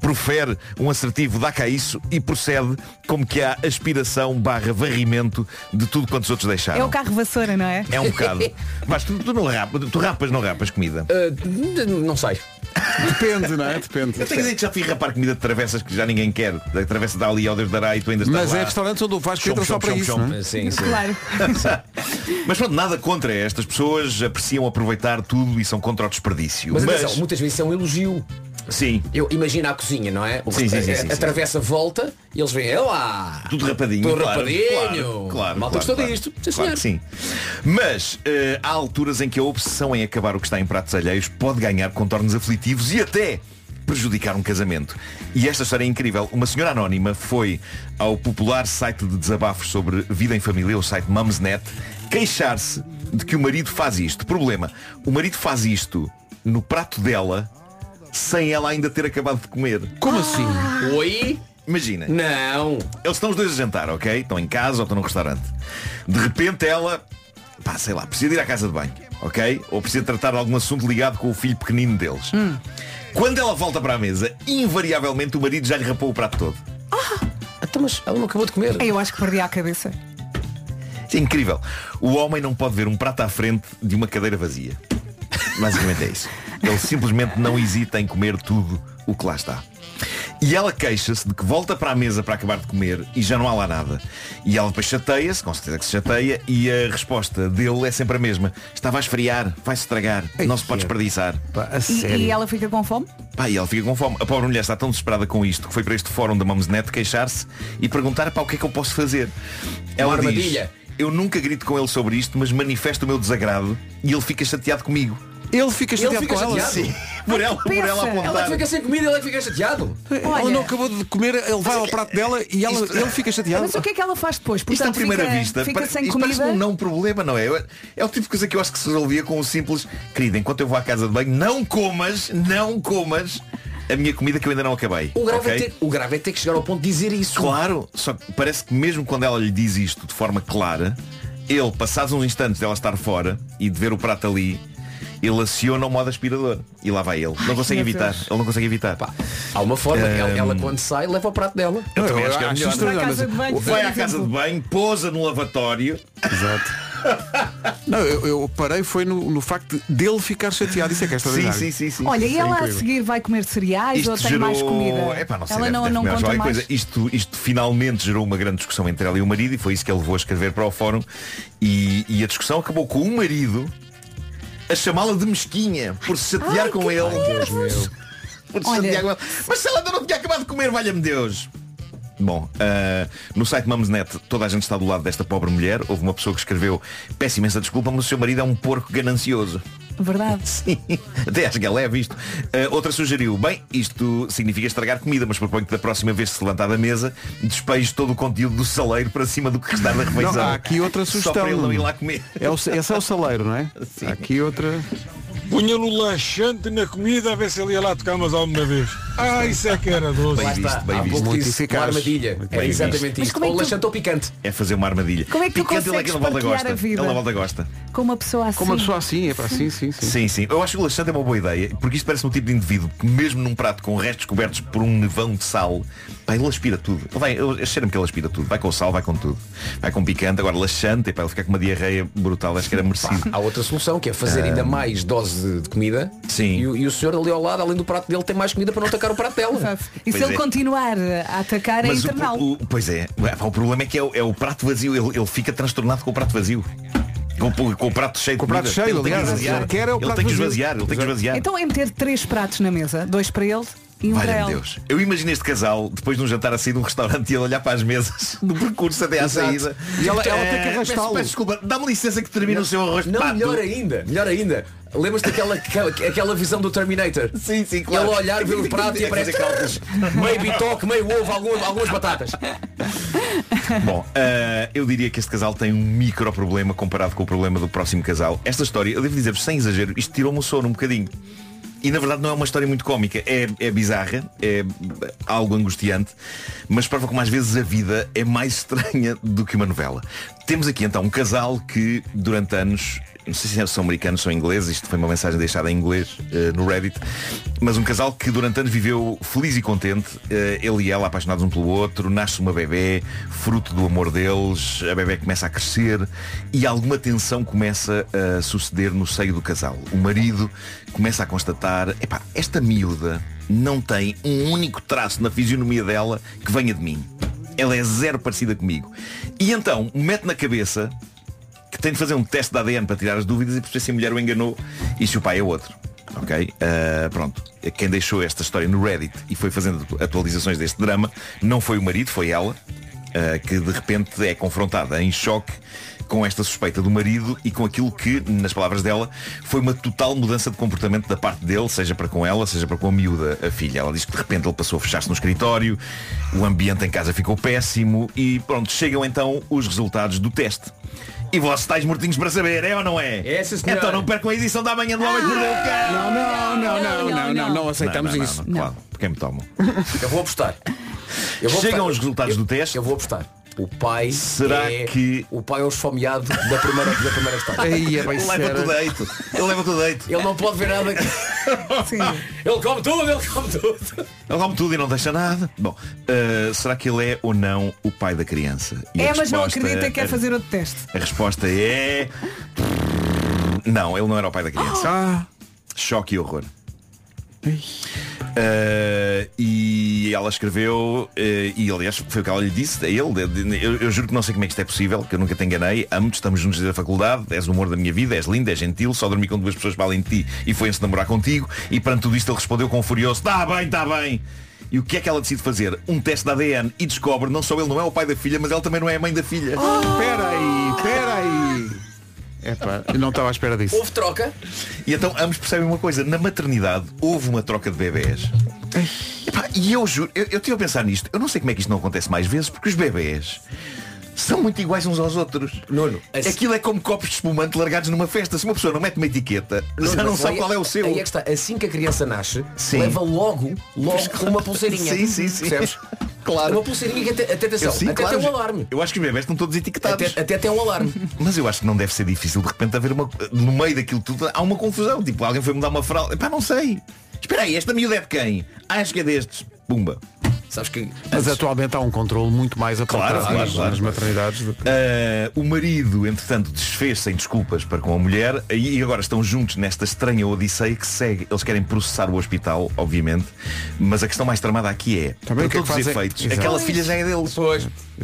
profere um assertivo dá cá isso e procede como que há aspiração barra varrimento de tudo quanto os outros deixaram. É o carro vassoura, não é? É um bocado. Mas tu, tu não rapas, tu rapas, não rapas comida. Ah, não sei. Depende, não é? Depende. Eu tenho a dizer que já fui rapar comida de travessas que já ninguém quer. Da travessa da ali ao Deus dará e tu ainda estás Mas lá. é restaurantes onde o Vasco entra só para isso, não é? Sim, sim. Claro. Mas pronto, nada contra estas pessoas apreciam aproveitar tudo e são contra o desperdício. Mas, atenção, muitas vezes é um elogio. Sim. Eu imagino a cozinha, não é? O Sim, sim, sim, a, sim, a sim. travessa volta e eles vêm, é lá! Tudo rapadinho. Tudo claro, rapadinho. Claro, claro, Malta claro, gostou claro. disto. Sim, Claro que senhor. sim. Mas eh, há alturas em que a obsessão em acabar o que está em pratos alheios pode ganhar contornos aflitivos e até prejudicar um casamento. E esta história é incrível. Uma senhora anónima foi ao popular site de desabafos sobre vida em família, o site Mumsnet, queixar-se de que o marido faz isto. Problema, o marido faz isto no prato dela sem ela ainda ter acabado de comer. Como assim? Oi? Imagina. Não. Eles estão os dois a jantar, ok? Estão em casa ou estão num restaurante. De repente ela, pá, sei lá, precisa ir à casa de banho, ok? Ou precisa tratar de algum assunto ligado com o filho pequenino deles. Hum. Quando ela volta para a mesa, invariavelmente o marido já lhe rapou o prato todo. Então, mas ela não acabou de É comer. Eu acho que perdi a cabeça. Isso é incrível. O homem não pode ver um prato à frente de uma cadeira vazia. Basicamente é isso. Ele simplesmente não hesita em comer tudo o que lá está. E ela queixa-se de que volta para a mesa para acabar de comer e já não há lá nada. E ela depois chateia-se, com certeza que se chateia, e a resposta dele é sempre a mesma. Estava a esfriar, vai se estragar, não se pode desperdiçar. E, e ela fica com fome? Pá, e ela fica com fome. A pobre mulher está tão desesperada com isto que foi para este fórum da Mamos Net queixar-se e perguntar para o que é que eu posso fazer. Ela diz, armadilha. eu nunca grito com ele sobre isto, mas manifesto o meu desagrado e ele fica chateado comigo. é? Ele fica Ele chateado fica com ela? chateado? Sim, por ela, por ela apontar. Ela que fica sem comida, ela que fica chateado. É, Ela não acabou de comer, ele vai ao prato dela e ela, ele fica chateado. Mas o que é que ela faz depois? Isto à Portanto, primeira fica, vista Fica pare- sem isto parece comida. um não problema, não é? Eu- É o tipo de coisa que eu acho que se resolvia com um simples Querida, enquanto eu vou à casa de banho, não comas, não comas a minha comida que eu ainda não acabei O grave, ok? é ter, o grave é ter que chegar ao ponto de dizer isso. Claro, só que parece que mesmo quando ela lhe diz isto de forma clara Ele, passados uns instantes dela estar fora e de ver o prato ali Ele aciona o modo aspirador E lá vai ele Não consegue meu evitar, Deus. ele não consegue evitar Há uma forma, ela, ela quando sai leva o prato dela. Hum. Eu também acho que era melhor. Vai à casa de banho, por Vai à casa exemplo. de banho, pousa no lavatório. Exato. Não, eu, eu parei foi no, no facto de- dele ficar chateado. Isso é que é extraordinário. sim, sim, sim. Olha, e Isso é ela a incrível. seguir vai comer cereais ou tem mais comida? Epá, não sei, ela deve- não, deve não comer conta alguma mais. coisa. Isto, isto finalmente gerou uma grande discussão entre ela e o marido e foi isso que ele levou a escrever para o fórum. E, e a discussão acabou com o marido a chamá-la de mesquinha por se chatear com ele. Por se chatear com ele. Mas se ela ainda não tinha acabado de comer, valha-me Deus. Bom, ah, no site Mamesnet toda a gente está do lado desta pobre mulher. Houve uma pessoa que escreveu, peço imensa desculpa, mas o seu marido é um porco ganancioso. Verdade. Sim, até acho que é leve isto. Ah, outra sugeriu, bem, isto significa estragar comida, mas proponho que da próxima vez que se levantar da mesa, despeje todo o conteúdo do saleiro para cima do que restar da refeição. Não, há aqui outra sugestão. Só para ele não ir lá comer. É o, esse é o saleiro, não é? Há aqui outra. Punha no laxante na comida a ver se ele ia lá tocar mais alguma vez. Ah, isso é que era doce. Bem visto, bem visto. Muito uma armadilha. Muito É bem exatamente visto. Mas isto. como é que Ou tu- laxante picante. É fazer uma armadilha. Como é que tu picante ele é que consegues ele na volta partilhar gosta. a vida? Ele na volta gosta. Com uma pessoa assim. Com uma pessoa assim, é para assim, sim, sim. Sim, sim. Eu acho que o laxante é uma boa ideia, porque isto parece um tipo de indivíduo que mesmo num prato com restos cobertos por um nevão de sal, pá, ele aspira tudo. Ele Vai, eu cheiro-me que ele aspira tudo. Vai com o sal, vai com tudo. Vai com picante, agora laxante, para ele ficar com uma diarreia brutal, acho que era merecido. Há outra solução que é fazer ainda mais dose de comida. Sim. E, o- e o senhor ali ao lado, além do prato dele, tem mais comida para não atacar o prato dela. E se ele continuar a atacar, é Mas internal. o, o- pois é, o problema é que é o, é o prato vazio, ele, ele fica transtornado com o prato vazio. Com, o- com o prato cheio Com o de prato comida. cheio, ele tem que aliás, esvaziar. ele quer é o Ele prato tem que vazio. esvaziar, ele tem que esvaziar. Então é meter três pratos na mesa. Dois para ele e um para Valha-me ela. Deus. Eu imagino este casal, depois de um jantar a sair de um restaurante e ele olhar para as mesas no percurso até à Exato. saída. E ela- ela Eh, tem que arrastá-lo. peço- peço Desculpa, dá-me licença que termine o seu arroz de Não, pato. melhor ainda, melhor ainda. Lembras-te daquela aquela- aquela visão do Terminator? Sim, sim, claro. Ele olhar, ver o prato e aparece meio bitoque, meio ovo, algumas, algumas batatas. Bom, eh, eu diria que este casal tem um micro problema comparado com o problema do próximo casal. Esta história, eu devo dizer-vos sem exagero, isto tirou-me o sono um bocadinho. E na verdade não é uma história muito cómica, é, é bizarra, é algo angustiante, mas prova como às vezes a vida é mais estranha do que uma novela. Temos aqui então um casal que durante anos, não sei se são americanos ou ingleses, isto foi uma mensagem deixada em inglês eh, no Reddit, mas um casal que durante anos viveu feliz e contente, eh, ele e ela apaixonados um pelo outro, nasce uma bebê, fruto do amor deles, a bebê começa a crescer e alguma tensão começa a suceder no seio do casal. O marido começa a constatar, epá, esta miúda não tem um único traço na fisionomia dela que venha de mim. Ela é zero parecida comigo. E então mete na cabeça que tem de fazer um teste de ADN para tirar as dúvidas e perceber se a mulher o enganou e se o pai é outro. Ok? Ah, pronto. Quem deixou esta história no Reddit e foi fazendo atu- atualizações deste drama não foi o marido, foi ela, ah, que de repente é confrontada em choque com esta suspeita do marido e com aquilo que, nas palavras dela, foi uma total mudança de comportamento da parte dele, seja para com ela, seja para com a miúda, a filha. Ela diz que de repente ele passou a fechar-se no escritório, o ambiente em casa ficou péssimo e pronto, chegam então os resultados do teste. E vós estáis mortinhos para saber, é ou não é? É, senhora. Então não percam a edição da manhã do Ah! Homem que Mordeu o Cão. Não, não, não, não, não, não, não aceitamos Não, não, não, isso. não, claro, porque é me tomam. Eu vou apostar. Chegam os resultados do teste. Eu vou apostar. O pai Será é- que o pai é o esfomeado da primeira da primeira história. Ei, é bem Ele leva sério. tudo deito. Ele leva tudo deito. Ele não pode ver nada. Ele come tudo, ele come tudo. Ele come tudo e não deixa nada. Bom, uh, será que ele é ou não o pai da criança? E a É, mas não resposta- acredita que a- quer fazer outro teste. A resposta é. Não, ele não era o pai da criança. Ah. Choque e horror. Ah, e ela escreveu eh, e aliás foi o que ela lhe disse a ele de- de- eu, eu juro que não sei como é que isto é possível que eu nunca te enganei amo-te estamos juntos desde a faculdade és o humor da minha vida és linda és gentil só dormi com duas pessoas para além de ti e foi-se namorar contigo e perante tudo isto ele respondeu com um furioso está bem está bem e o que é que ela decide fazer? Um teste de ADN e descobre não só ele não é o pai da filha mas ele também não é a mãe da filha Oh. Espera aí, espera aí. Epá, eu não estava à espera disso. Houve troca? E então ambos percebem uma coisa, na maternidade houve uma troca de bebés. Epá, e eu juro, eu, eu estive a pensar nisto, eu não sei como é que isto não acontece mais vezes, porque os bebés são muito iguais uns aos outros. Nuno, Aquilo é como copos de espumante largados numa festa. Se uma pessoa não mete uma etiqueta, já não sabe qual é o seu. Aí é que está. Assim que a criança nasce, Sim. leva logo, Pois logo claro. uma pulseirinha. Sim, sim, sim. Percebes? Claro. Uma pulseirinha que até, até, atenção, Eu sim, até claro. Tá, tem um alarme. Eu acho que os bebés estão todos etiquetados. Até- até tem um alarme. Mas eu acho que não deve ser difícil de repente haver uma. No meio daquilo tudo há uma confusão. Tipo, alguém foi mudar uma fralda. Epá, não sei. Espera aí, esta miúda é de quem? Acho que é destes. Pumba. Sabes que. Mas atualmente há um controle muito mais Claro, apontado claro, nas, claro. nas maternidades. do- Ah, o marido, entretanto, desfez sem desculpas para com a mulher e agora estão juntos nesta estranha odisseia que segue. Eles querem processar o hospital, obviamente, mas a questão mais tramada aqui é, Também o que é para que todos os fazem? efeitos, Exato. aquela Pois. filha já é deles.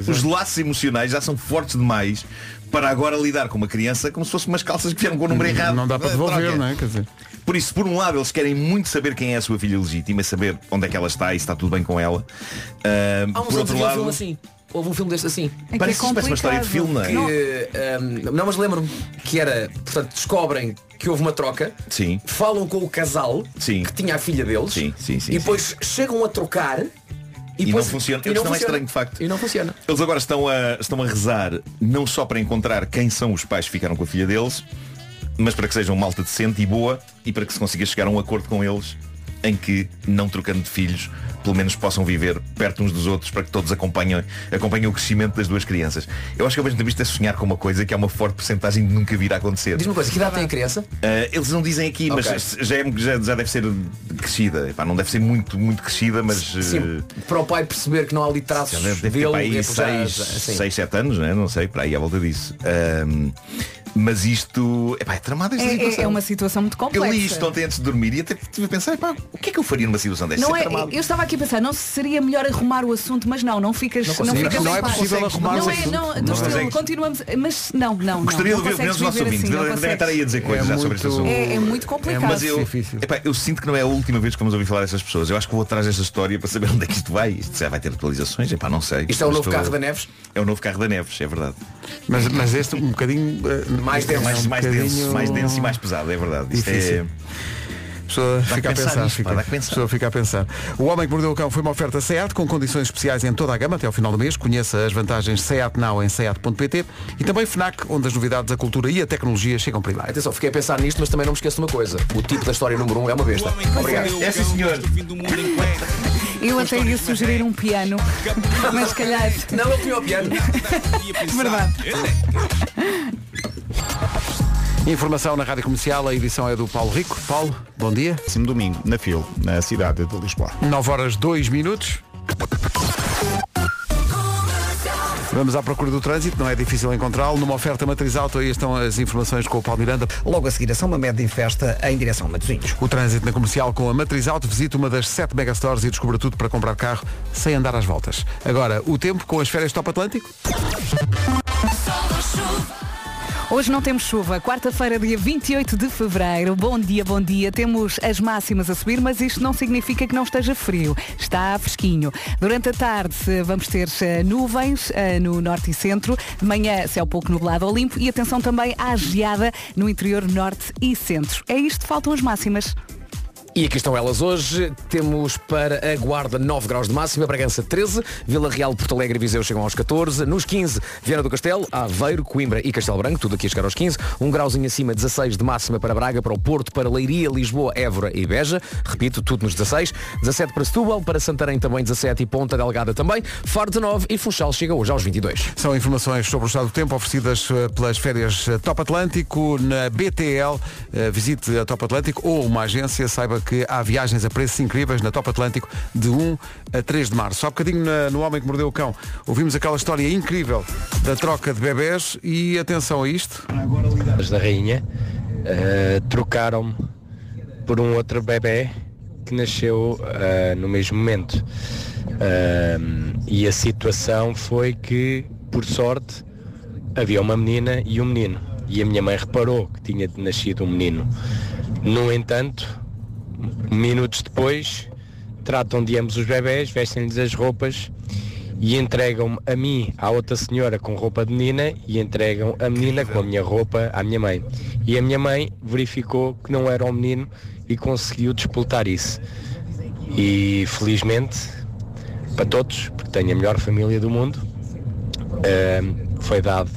Os laços emocionais já são fortes demais para agora lidar com uma criança como se fosse umas calças que vieram com o número errado. Não dá para Ah, devolver, troca. não é? Quer dizer. Por isso, por um lado, eles querem muito saber quem é a sua filha legítima, saber onde é que ela está e se está tudo bem com ela. Ah, Há uns por anos outro havia um filme lado, assim. Houve um filme deste assim. É que Parece- é parece uma história de filme, não é? Que, hum, não, mas lembro-me que era, portanto, descobrem que houve uma troca, sim. falam com o casal que tinha a filha deles Sim, sim, sim, e depois chegam a trocar e, E depois, não funciona. e Eu não acho que não é estranho, funciona. de facto. E não funciona. Eles agora estão a, estão a rezar não só para encontrar quem são os pais que ficaram com a filha deles, mas para que sejam malta decente e boa e para que se consiga chegar a um acordo com eles em que, não trocando de filhos, pelo menos possam viver perto uns dos outros para que todos acompanhem, acompanhem o crescimento das duas crianças. Eu acho que ao mesmo tempo isto é sonhar com uma coisa que há uma forte porcentagem de nunca vir a acontecer. Diz-me uma coisa, que idade tem a criança? Ah, eles não dizem aqui, Ok. mas já, é- já- já deve ser crescida. Epá, não deve ser muito, muito crescida, mas. Sim, eh, para o pai perceber que não há ali traços Deve, deve ter dele, para aí é, pois, já- 6, já- sim. 7 anos, né? não sei, para aí à volta disso. Ahm, mas isto. Epá, é tramada É, esta é- situação. é uma situação muito Eu complexa. li isto ontem antes de dormir e até estive a pensar, epá, o que é que eu faria numa situação desta? Não Isto é, tramado. eu estava aqui a pensar, não se seria melhor arrumar o assunto, mas não, não ficas. Não Não, consegues. ficas Não em é paz. possível arrumar não o é, assim. assunto. Não, Não do estilo, consegues. continuamos. Mas não, não. Gostaria não, de ouvir a opinião dos não nossos consegues ouvintes. viver assim, não Devem devem estar aí a dizer É coisas já sobre este muito- assunto. É- é muito complicado. Mas eu, difícil. epá, eu sinto que não é a última vez que vamos ouvir falar dessas pessoas. Eu acho que vou atrás desta história para saber onde é que isto vai. Isto já vai ter atualizações, epá, não sei. Isto é o Mas novo estou- carro da Neves? É o novo carro da Neves, é verdade. Mas, mas este um bocadinho. eh, Mais denso, é um mais, mais bocadinho- denso, mais denso e mais pesado, é verdade. Isto Difícil. é. A pessoa que fica a pensar pensar. nisto, fica, pá, dá que pensar. a pessoa fica a pensar. O Homem que Mordeu o Cão foi uma oferta SEAT com condições especiais em toda a gama até ao final do mês. Conheça as vantagens SEAT Now em SEAT.pt e também FNAC, onde as novidades, a cultura e a tecnologia chegam primeiro. Atenção, fiquei a pensar nisto, mas também não me esqueço de uma coisa. O tipo da história número 1 um é uma besta. Obrigado. É sim senhor. Eu até ia sugerir um piano, mas se calhar. Não, ele tinha o piano. Verdade. Informação na Rádio Comercial, a edição é do Paulo Rico. Paulo, bom dia. Sim, domingo, na FIL, na cidade de Lisboa. 9 horas 2 minutos. Vamos à procura do trânsito, não é difícil encontrá-lo. Numa oferta matriz alto, aí estão as informações com o Paulo Miranda. Logo a é seguir, a São Mamed em festa em direção a Matosinhos. O trânsito na comercial com a Matriz Auto visita uma das sete megastores e descubra tudo para comprar carro sem andar às voltas. Agora, o tempo com as férias Top Atlântico. Hoje não temos chuva. Quarta-feira, dia 28 de fevereiro. Bom dia, bom dia. Temos as máximas a subir, mas isto não significa que não esteja frio. Está fresquinho. Durante a tarde eh, vamos ter eh, nuvens eh, no norte e centro. De manhã, céu pouco nublado ou limpo. E atenção também à geada no interior norte e centro. É isto, faltam as máximas. E aqui estão elas hoje. Temos para a Guarda 9 graus de máxima, Bragança 13, Vila Real, Porto Alegre e Viseu chegam aos 14, nos 15, Viana do Castelo, Aveiro, Coimbra e Castelo Branco, tudo aqui a chegar aos 15, um grauzinho acima, 16 de máxima para Braga, para o Porto, para Leiria, Lisboa, Évora e Beja, repito, tudo nos 16, 17 para Setúbal, para Santarém também 17 e Ponta Delgada também, Faro 19 e Funchal chega hoje aos 22. São informações sobre o estado do tempo oferecidas eh, pelas férias eh, Top Atlântico na BTL. Eh, Visite a Top Atlântico ou uma agência, saiba que há viagens a preços incríveis na Top Atlântico de 1 a 3 de março. Há bocadinho na- no Homem que Mordeu o Cão ouvimos aquela história incrível da troca de bebés e atenção a isto. As da rainha eh, trocaram-me por um outro bebê que nasceu eh, no mesmo momento. Eh, e a situação foi que, por sorte, havia uma menina e um menino. E a minha mãe reparou que tinha nascido um menino. No entanto, minutos depois, tratam de ambos os bebés, vestem-lhes as roupas e entregam-me a mim, à outra senhora com roupa de menina e entregam a menina com a minha roupa à minha mãe. E a minha mãe verificou que não era um menino e conseguiu disputar isso. E felizmente, para todos, porque tenho a melhor família do mundo, ahm, foi dado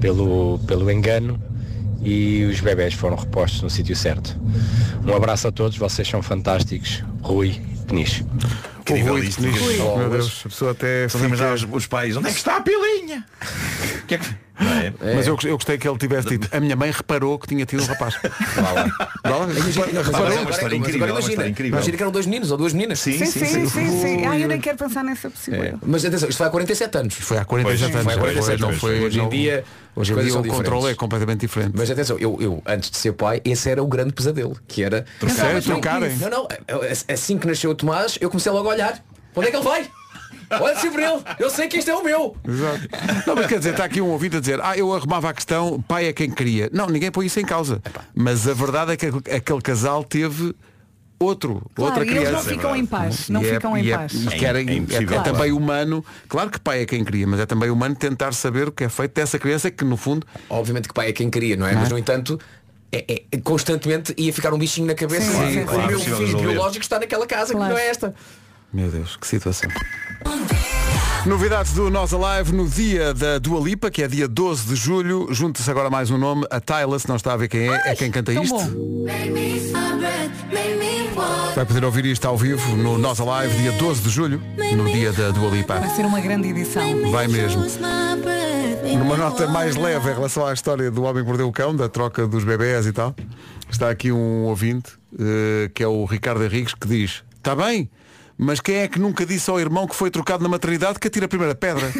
pelo, pelo engano e os bebés foram repostos no sítio certo. Um abraço a todos, vocês são fantásticos. Rui Peniche. Horror, isto nisto. Meu Deus, a pessoa até. Só lembras lá os, os pais, onde é que está a pilinha? Que é que- Não é? Mas eu, eu gostei que ele tivesse dito. A minha mãe reparou que tinha tido um rapaz. Vá lá. é Agora- Reparou? agora- agora imagina, imagina que eram dois meninos ou duas meninas. sim, sim, sim. sim. Ah, eu nem quero pensar nessa possibilidade. É. Mas atenção, isto foi há 47 anos. Foi há 47 anos, Foi há já foi, 47 não anos. foi- hoje em não- dia, hoje em dia as coisas são o diferentes. controle é completamente diferente. Mas atenção, eu, eu, antes de ser pai, esse era o grande pesadelo, que era Trocar- Pensava que não trocarem. quis. Não, não, a- a- assim que nasceu o Tomás, eu comecei logo a olhar. Onde é que ele vai? Olha sempre ele, eu sei que este é o meu. Exato. Não, mas quer dizer, está aqui um ouvinte a dizer, ah, eu arrumava a questão, pai é quem queria. Não, ninguém põe isso em causa. Mas a verdade é que aquele- aquele casal teve outro, Claro, outra e eles criança. não ficam em paz, não E é- ficam em e é- paz. e querem- É impossível, é claro. também humano, claro que pai é quem queria, mas é também humano tentar saber o que é feito dessa criança que no fundo. Obviamente que pai é quem queria, não é? Mas no entanto. É, é- constantemente ia ficar um bichinho na cabeça Sim, e sim, o claro, meu possível filho resolver. biológico está naquela casa Claro. que não é esta Meu Deus, que situação. Novidades do Nós Alive no dia da Dua Lipa, que é dia 12 de julho. Junta-se agora mais um nome, a Tyla, se não está a ver quem é, é quem canta isto. Vai poder ouvir isto ao vivo no Nós Alive, dia 12 de julho, no dia da Dua Lipa. Vai ser uma grande edição. Vai mesmo. Numa nota mais leve é em relação à história do homem que mordeu o cão, da troca dos bebés e tal, está aqui um ouvinte, eh, que é o Ricardo Henriques, que diz, está bem, mas quem é que nunca disse ao irmão que foi trocado na maternidade que atira a primeira pedra?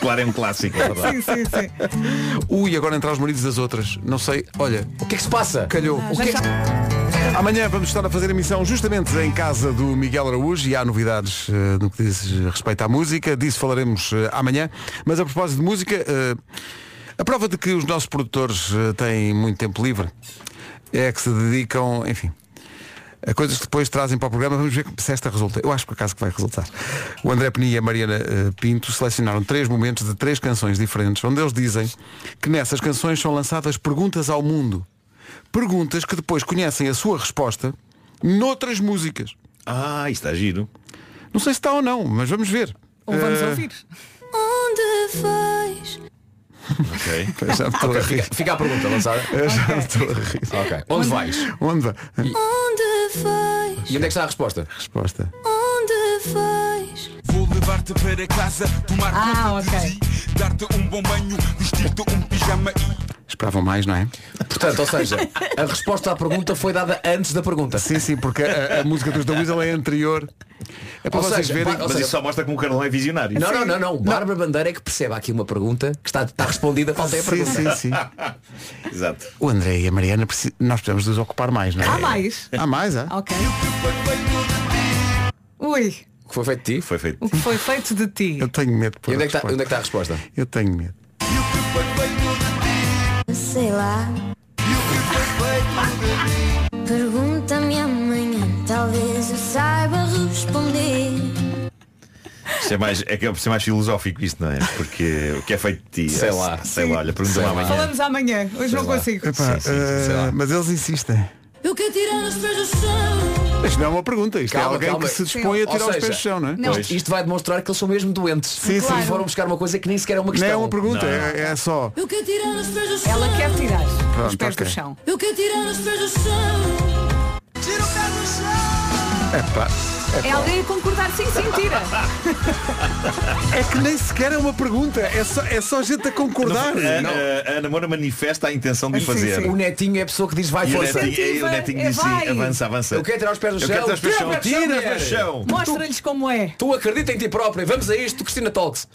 Claro, é um clássico, é Sim, verdade. sim, sim. Ui, agora entrar os maridos das outras. Não sei, olha. O que é que se passa? Calhou. O que é que- Amanhã vamos estar a fazer emissão justamente em casa do Miguel Araújo e há novidades eh, no que diz respeito à música. Disso falaremos eh, amanhã. Mas a propósito de música, eh, a prova de que os nossos produtores eh, têm muito tempo livre é que se dedicam, enfim, a coisas que depois trazem para o programa. Vamos ver se esta resulta. Eu acho que acaso que vai resultar. O André Peni e a Mariana eh, Pinto selecionaram três momentos de três canções diferentes, onde eles dizem que nessas canções são lançadas perguntas ao mundo. Perguntas que depois conhecem a sua resposta noutras músicas. Ah, isto está giro. Não sei se está ou não, mas vamos ver. Ou vamos Eh, ouvir. Onde vais? Ok. Já me estou a Ok, rir. fica- fica a pergunta lançada. Eu Já me estou a rir. Ok. Onde vais? Onde vai? Onde vais? E onde é que está a resposta? Resposta. Onde vais? Vou levar-te para casa, tomar ah, dar-te um bom banho, vestir-te um pijama e Esperavam mais, não é? Portanto, ou seja, a resposta à pergunta foi dada antes da pergunta. Sim, sim, porque a, a música dos The Weasel é anterior. É para Ou vocês seja, verem. pá, ou seja, mostra como o Carlão é visionário. Não, Assim, Sim. não, não, não. Bárbara Bandeira é que percebe aqui uma pergunta que está, está respondida, falta é a Sim, pergunta. sim, sim. Exato. O André e a Mariana, preci- nós precisamos nos ocupar mais, não é? Há mais? Há mais, há? Ok. Ui, O que foi feito de ti? Foi feito. o que foi feito de ti? Eu tenho medo. é tá- E onde é, que está, onde é que está a resposta? Eu tenho medo. E o que foi feito de ti sei lá. Pergunta-me amanhã, talvez eu saiba responder. Isto é mais, é que é por ser mais filosófico isto, não é? Porque o que é feito de ti. Sei é- lá. Sei lá, olha, pergunta-me amanhã. Falamos amanhã, hoje não consigo. Epá, eh, mas eles insistem. Eu quero tirar os pés do chão. Isto não é uma pergunta, isto Calma, é alguém calma. que se dispõe a Ou tirar os seja, pés do chão, não é? Isto, isto vai demonstrar que eles são mesmo doentes. Sim, sim. Claro. Foram buscar uma coisa que nem sequer é uma Não questão. é uma pergunta, é, é só. Eu quero tirar os pés do chão. Ela quer tirar os Pronto, pés ok. do chão. Eu quero tirar os pés do chão. Tira o pé do chão. Epá. É alguém a concordar, sim, sim, tira. É que nem sequer é uma pergunta, é só, é só gente a concordar. é, A, a, a Ana Moura manifesta a intenção de o fazer. O netinho é a pessoa que diz vai E o força. netinho- é, o netinho diz sim, avança, avança. Eu quero tirar os pés do Eu chão. quero tirar os pés do chão. Tira os pés do mulher. chão. Mostra-lhes como é. Tu acredita em ti própria. Vamos a isto, Cristina Talks.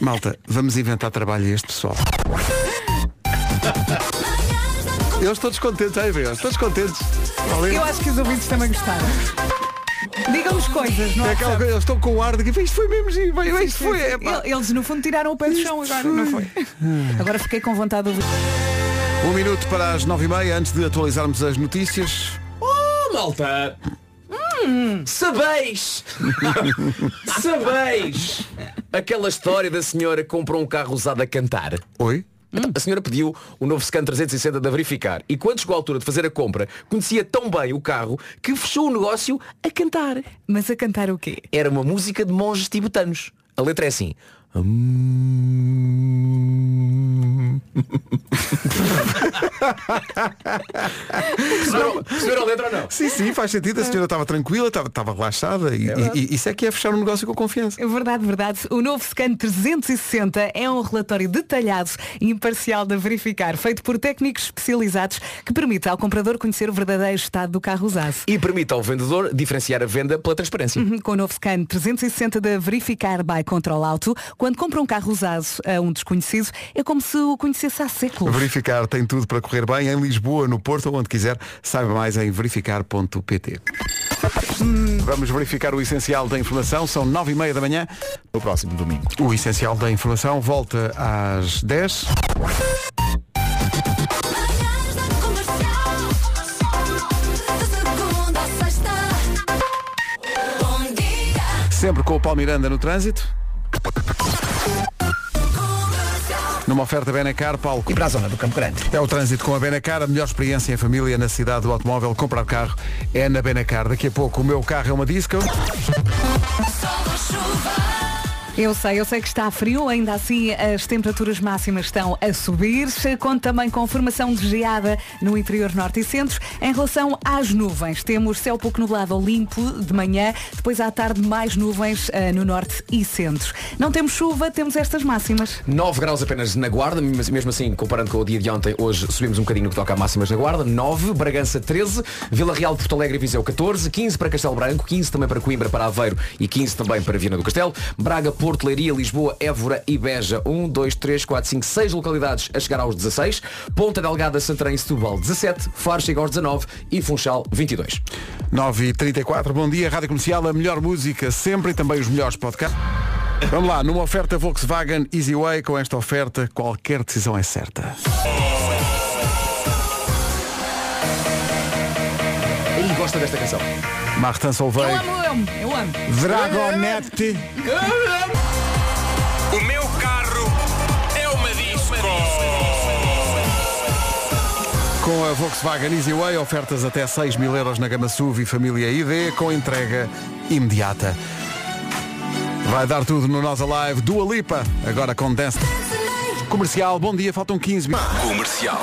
Malta, vamos inventar trabalho a este pessoal. Eles todos contentes, aí vê, eles todos contentes. Valeu. Eu acho que os ouvintes também gostaram. Digam-nos coisas, não É aquela coisa, eles estão com o ar de que isto foi mesmo giro, bem, isto foi. é pá." Eles no fundo tiraram o pé do chão agora, não foi? Agora fiquei com vontade de ouvir. Um minuto para as nove e meia, antes de atualizarmos as notícias. Oh, malta! Hum. Sabeis! Sabeis! Aquela história da senhora que comprou um carro usado a cantar. Oi? Então, A senhora pediu o novo Scan 360 da verificar e quando chegou à altura de fazer a compra, conhecia tão bem o carro que fechou o negócio a cantar. Mas a cantar o quê? Era uma música de monges tibetanos. A letra é assim. Perceberam perceberam a letra ou não? Sim, sim, faz sentido. A senhora estava tranquila, estava, estava relaxada e, e- e isso é que é fechar um negócio com confiança. É Verdade, verdade. O novo Scan 360 é um relatório detalhado e imparcial de verificar, feito por técnicos especializados, que permite ao comprador conhecer o verdadeiro estado do carro usado. E permite ao vendedor diferenciar a venda pela transparência. Uhum, Com o novo scan 360 da Verificar by Control Auto, quando compra um carro usado a um desconhecido, é como se o conhecesse há séculos. Verificar tem tudo para correr bem em Lisboa, no Porto ou onde quiser. Saiba mais em verificar.pt. Vamos verificar o essencial da informação. São nove e meia da manhã. No próximo domingo. O essencial da informação volta às 10. Segunda, à sexta. Bom dia. Sempre com o Paulo Miranda no trânsito. Numa oferta Benacar, Paulo. E para a zona do Campo Grande. É o trânsito com a Benacar, a melhor experiência em família na cidade do automóvel. Comprar carro é na Benacar. Daqui a pouco o meu carro é uma disco. Eu sei, eu sei que está frio, ainda assim as temperaturas máximas estão a subir. Conto também com formação de geada no interior norte e centro. Em relação às nuvens, temos céu pouco nublado ou limpo de manhã, depois à tarde mais nuvens ah, no norte e centro. Não temos chuva, temos estas máximas. 9 graus apenas na Guarda, mas mesmo assim, comparando com o dia de ontem, hoje subimos um bocadinho no que toca a máximas na Guarda. 9, Bragança 13, Vila Real, Porto Alegre e Viseu 14, 15 para Castelo Branco, 15 também para Coimbra, para Aveiro e 15 também para Viana do Castelo, Braga, Porto, Leiria, Lisboa, Évora e Beja. 1, 2, 3, 4, 5, 6 localidades a chegar aos 16, Ponta Delgada, Santarém e Setúbal 17, Faro chega aos 19 e Funchal 22. 9h34, bom dia, Rádio Comercial, a melhor música sempre e também os melhores podcasts. Vamos lá, numa oferta Volkswagen Easy Way, com esta oferta qualquer decisão é certa. Ele gosta desta canção. Martin Solveig, Eu amo, eu amo. Dragonette. O meu carro é uma disco. Com a Volkswagen Easy Way, ofertas até 6 mil euros na gama SUV e família ID, com entrega imediata. Vai dar tudo no Nós Live, Dua Lipa, agora com Dance. Comercial, bom dia, faltam 15 minutos. Comercial.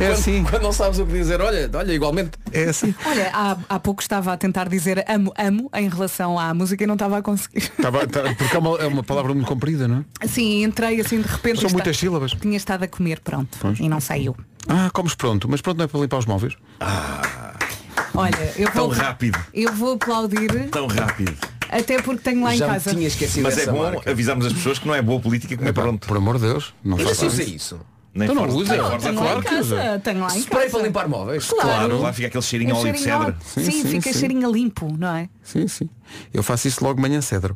É assim. Quando não sabes o que dizer, olha, olha, igualmente. É assim. Olha, há, há pouco estava a tentar dizer amo, amo em relação à música e não estava a conseguir. Tava- tá- porque é uma, é uma palavra muito comprida, não é? Assim, entrei assim de repente. São está- muitas sílabas. Tinha estado a comer, pronto. E não saiu. Ah, comes pronto, mas pronto não é para limpar os móveis. Olha, eu Tão vou, rápido. eu vou aplaudir, Tão rápido. até porque tenho lá em casa. esquecido Mas é dessa bom marca. avisarmos as pessoas que não é boa política comer pronto. Por amor de Deus, não Ainda se usa isso. Nem Então não Forza- usa. é nem Forza Tenho lá em Forza. casa, tenho lá em Spray casa. para limpar móveis. Claro. Lá fica aquele cheirinho É a óleo de cheirinho cedro. a- Sim, fica cheirinho a limpo, não é? Sim, sim. Eu faço isso logo de manhã cedro.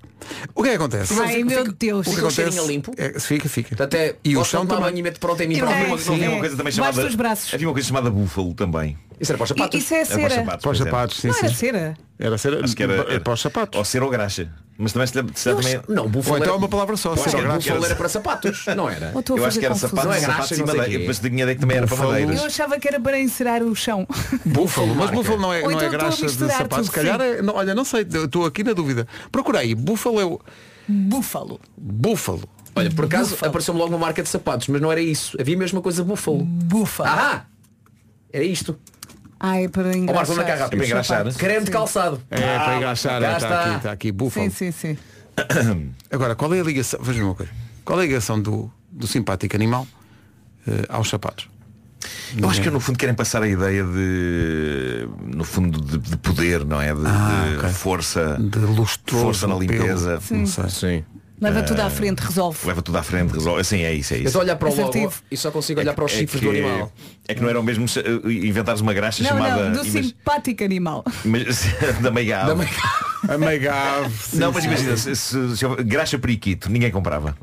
O que é que acontece? Ai, Fica- meu fica- Deus. O que Fica um acontece? cheirinho a limpo? É, fica, fica. Até e o chão gostam de tomar também. banho e mete pronto em mim E não próprio. havia uma, não havia uma coisa também Debaixo chamada. dos braços. Havia uma coisa chamada búfalo também. Isso era para os sapatos? Isso é Era para os cera. sapatos. Para os pois é. sapatos, sim, não era sim. cera. Era ser, Acho que era, era para os sapatos. Ou ser ou graxa. Mas também se se Eu também. acho- não, búfalo Ou então era- é uma palavra só, Eu acho ser que ou graxa. búfalo era para sapatos, não era? Ou estou a Eu acho fazer que era confusão. sapatos, Não é graxa, sapatos e não sei madeira. quê. Depois de dinheiro é que também era para Búfalo. madeiras. Eu achava que era para encerar o chão. Búfalo, mas Marca. búfalo não é, Ou não é então estou a graxa de misturar sapatos. Se tudo, calhar, é- não, olha, não sei, eu estou aqui na dúvida. Procurei, búfalo é o Búfalo. búfalo. Olha, por acaso apareceu-me logo uma marca de sapatos, mas não era isso. Havia mesmo uma coisa búfalo. Búfalo. Ah! Era isto. Ai, para Ó Marco, anda cá engraxar. rápido. É para engraxar, Sapatos. Ah, Creme de calçado. É, para engraxar, cá tá é, está. está aqui, está aqui, búfalo. Sim, sim, sim. Agora, qual é a ligação, veja uma coisa, qual é a ligação do, do simpático animal eh, aos sapatos? Eu acho que no fundo querem passar a ideia de no fundo de, de poder, não é? De, de força, De lustroso, força na pelo. limpeza. Não sei. Sim. Leva tudo à frente, resolve. Leva tudo à frente, resolve. Assim é isso, é Eu isso. só olhar para o logo Assertivo. e só consigo olhar para os É chifres que- do animal. É que não era o mesmo se- inventares uma graxa Não, chamada não, do imag- simpático animal. mas- da meia ave. Amigave. Não, mas imagina, se, se- se houve- graxa periquito, ninguém comprava.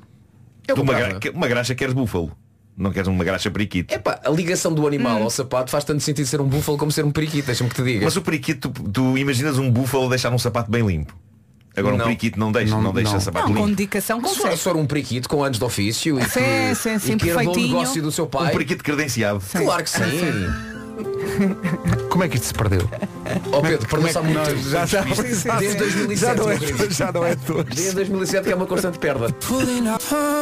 Eu Tu uma, comprava. gra- que- uma graxa queres búfalo. Não queres uma graxa periquito. Epá, a ligação do animal Hum. ao sapato faz tanto sentido ser um búfalo como ser um periquito, deixa-me que te diga. Mas o periquito, tu, tu imaginas um búfalo deixar um sapato bem limpo. Agora Não. um periquito não deixa, Não, não, deixa não. sapato Não, limpo. com dedicação Mas se for- se consegue. for um periquito com anos de ofício e que, Sim, sim, sim, e que herdou o perfeitinho. negócio do seu Um pai. periquito credenciado. Claro que sim. Como é que isto se perdeu? Ó Oh, Pedro, Como é perdeu-se há muito que- tempo. já, já, Desde 2007, já não é, meu querido. já não é doce. Desde 2007 que é uma constante perda.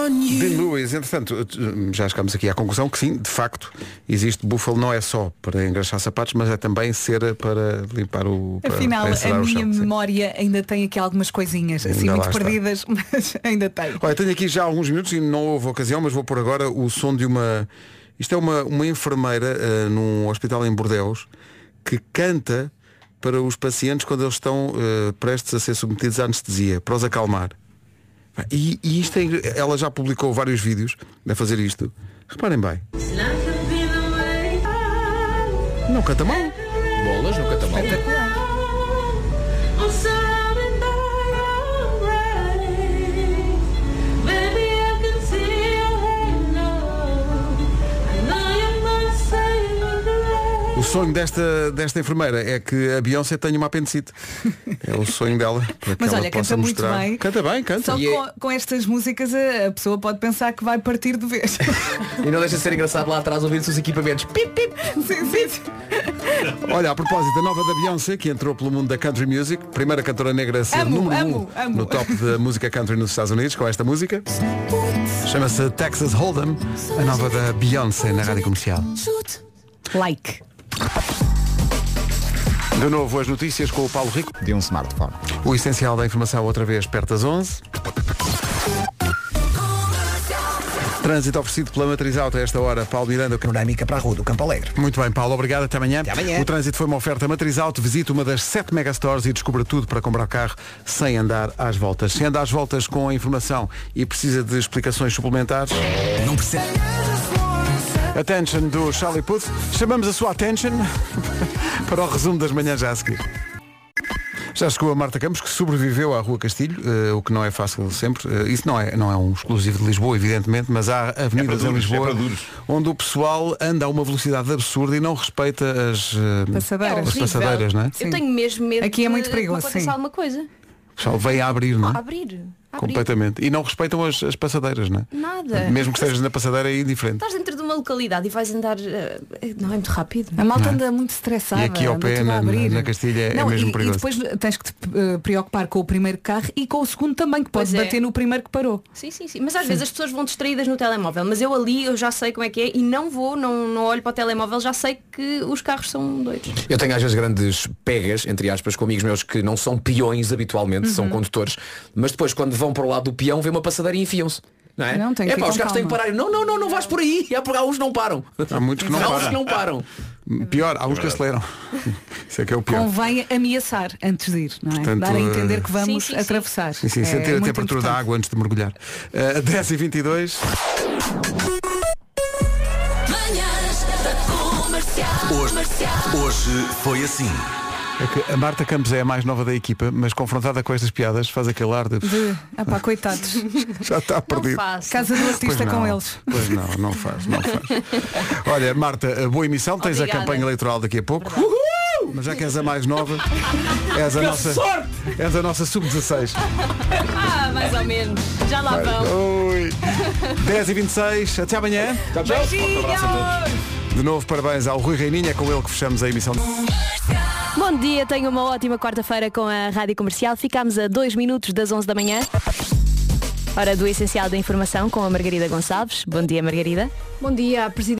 De Luís, entretanto, eh, já chegámos aqui à conclusão que sim, de facto, existe búfalo não é só para engraxar sapatos, mas é também cera para limpar o. Para, Afinal, para encerar a o minha chão, sim. memória ainda tem aqui algumas coisinhas, assim, Ainda lá muito está. perdidas, mas ainda tem. Olha, tenho aqui já alguns minutos e não houve ocasião, mas vou pôr agora o som de uma. Isto é uma, uma enfermeira eh, num hospital em Bordeus que canta para os pacientes quando eles estão eh, prestes a ser submetidos à anestesia, para os acalmar. E, e isto é, engra- ela já publicou vários vídeos a fazer isto. Reparem bem. Não canta mal. Bolas, nunca tá mal. O sonho desta, desta enfermeira é que a Beyoncé tenha uma apendicite. É o sonho dela. Para que Mas ela olha, possa canta muito mostrar. bem. Canta bem, canta. Só E que é- com, com estas músicas a, a pessoa pode pensar que vai partir de vez. E não deixa de ser engraçado lá atrás ouvir-se os equipamentos. Pip, pip. sim, sim. Olha, a propósito, a nova da Beyoncé, que entrou pelo mundo da country music, primeira cantora negra a ser Amo, número amo, um amo. no top da música country nos Estados Unidos, com esta música. Chama-se Texas Hold'em, a nova da Beyoncé na rádio comercial. Like. De novo, as notícias com o Paulo Rico. De um smartphone. O essencial da informação outra vez perto das 11. Trânsito oferecido pela Matriz Auto a esta hora. Paulo Miranda, o que é Panorâmica para a Rua do Campo Alegre. Muito bem, Paulo, obrigado. Até amanhã. Até amanhã. O trânsito foi uma oferta matriz alto. Visite uma das sete megastores e descubra tudo para comprar carro sem andar às voltas. Se anda às voltas com a informação e precisa de explicações suplementares. Não percebe. Attention do Charlie Puth. Chamamos a sua attention para o resumo das manhãs já a seguir. Já chegou a Marta Campos, que sobreviveu à Rua Castilho, eh, o que não é fácil sempre. Eh, isso não é, não é um exclusivo de Lisboa, evidentemente, mas há avenidas duros, em é Lisboa para duros. onde o pessoal anda a uma velocidade absurda e não respeita as, eh, Passadeiras. É as horrível. passadeiras, não é? Sim. Eu tenho mesmo medo Aqui é que muito me perigoso, aconteça sim. alguma coisa. O pessoal vem a abrir, não é? Abrir. abrir. Completamente. E não respeitam as, as passadeiras, não é? Nada. Mesmo que estejas na passadeira é indiferente. Estás dentro de uma localidade e vais andar. eh, não é muito rápido. A malta anda muito estressada. E aqui ao anda pé, tudo a na- abrir. na Castilha, é Não, mesmo e, perigoso. E depois tens que te eh, preocupar com o primeiro carro e com o segundo também, que pode Pois é. bater no primeiro que parou. Sim, sim, sim. Mas às vezes as pessoas vão distraídas no telemóvel, mas eu ali eu já sei como é que é e não vou, não, não olho para o telemóvel, já sei que os carros são doidos. Eu tenho às vezes grandes pegas, entre aspas, com amigos meus que não são peões habitualmente, Uhum. são condutores, mas depois quando vão para o lado do peão, vê uma passadeira e enfiam-se. Não é? Não, tem que é ir pá, com os carros têm que calma. parar. Eu, Não, não, não, não vais por aí. Há, por- há uns que não param. Há muitos que não há uns param. que não param. Pior, há uns que aceleram. Isso é que é o pior. Convém ameaçar antes de ir, não é? Portanto, Dar a entender eh, que vamos Sim, sim, sim. atravessar. Sim, sim, É sentir a muito temperatura da Eh, importante. água antes de mergulhar. Uh, 10 e 22 Hoje, hoje foi assim. É que a Marta Campos é a mais nova da equipa, mas confrontada com estas piadas faz aquele ar de... De... Ah pá, coitados. Já está perdido. Casa do artista Pois com não, eles. Pois não, não faz, não faz. Olha, Marta, eh, boa emissão, tens a Obrigada. campanha eleitoral daqui a pouco. Uhul! Mas já que és a mais nova, és a Que nossa, sorte! és a nossa sub-16. Ah, mais ou menos. Já lá Vai. vão. Ui. 10 e 26 até amanhã. Beijinhos! De novo, parabéns ao Rui Reininha, é com ele que fechamos a emissão. Bom dia, tenha uma ótima quarta-feira com a Rádio Comercial. Ficámos a 2 minutos das 11 da manhã. Hora do Essencial da Informação com a Margarida Gonçalves. Bom dia, Margarida. Bom dia, Presidente.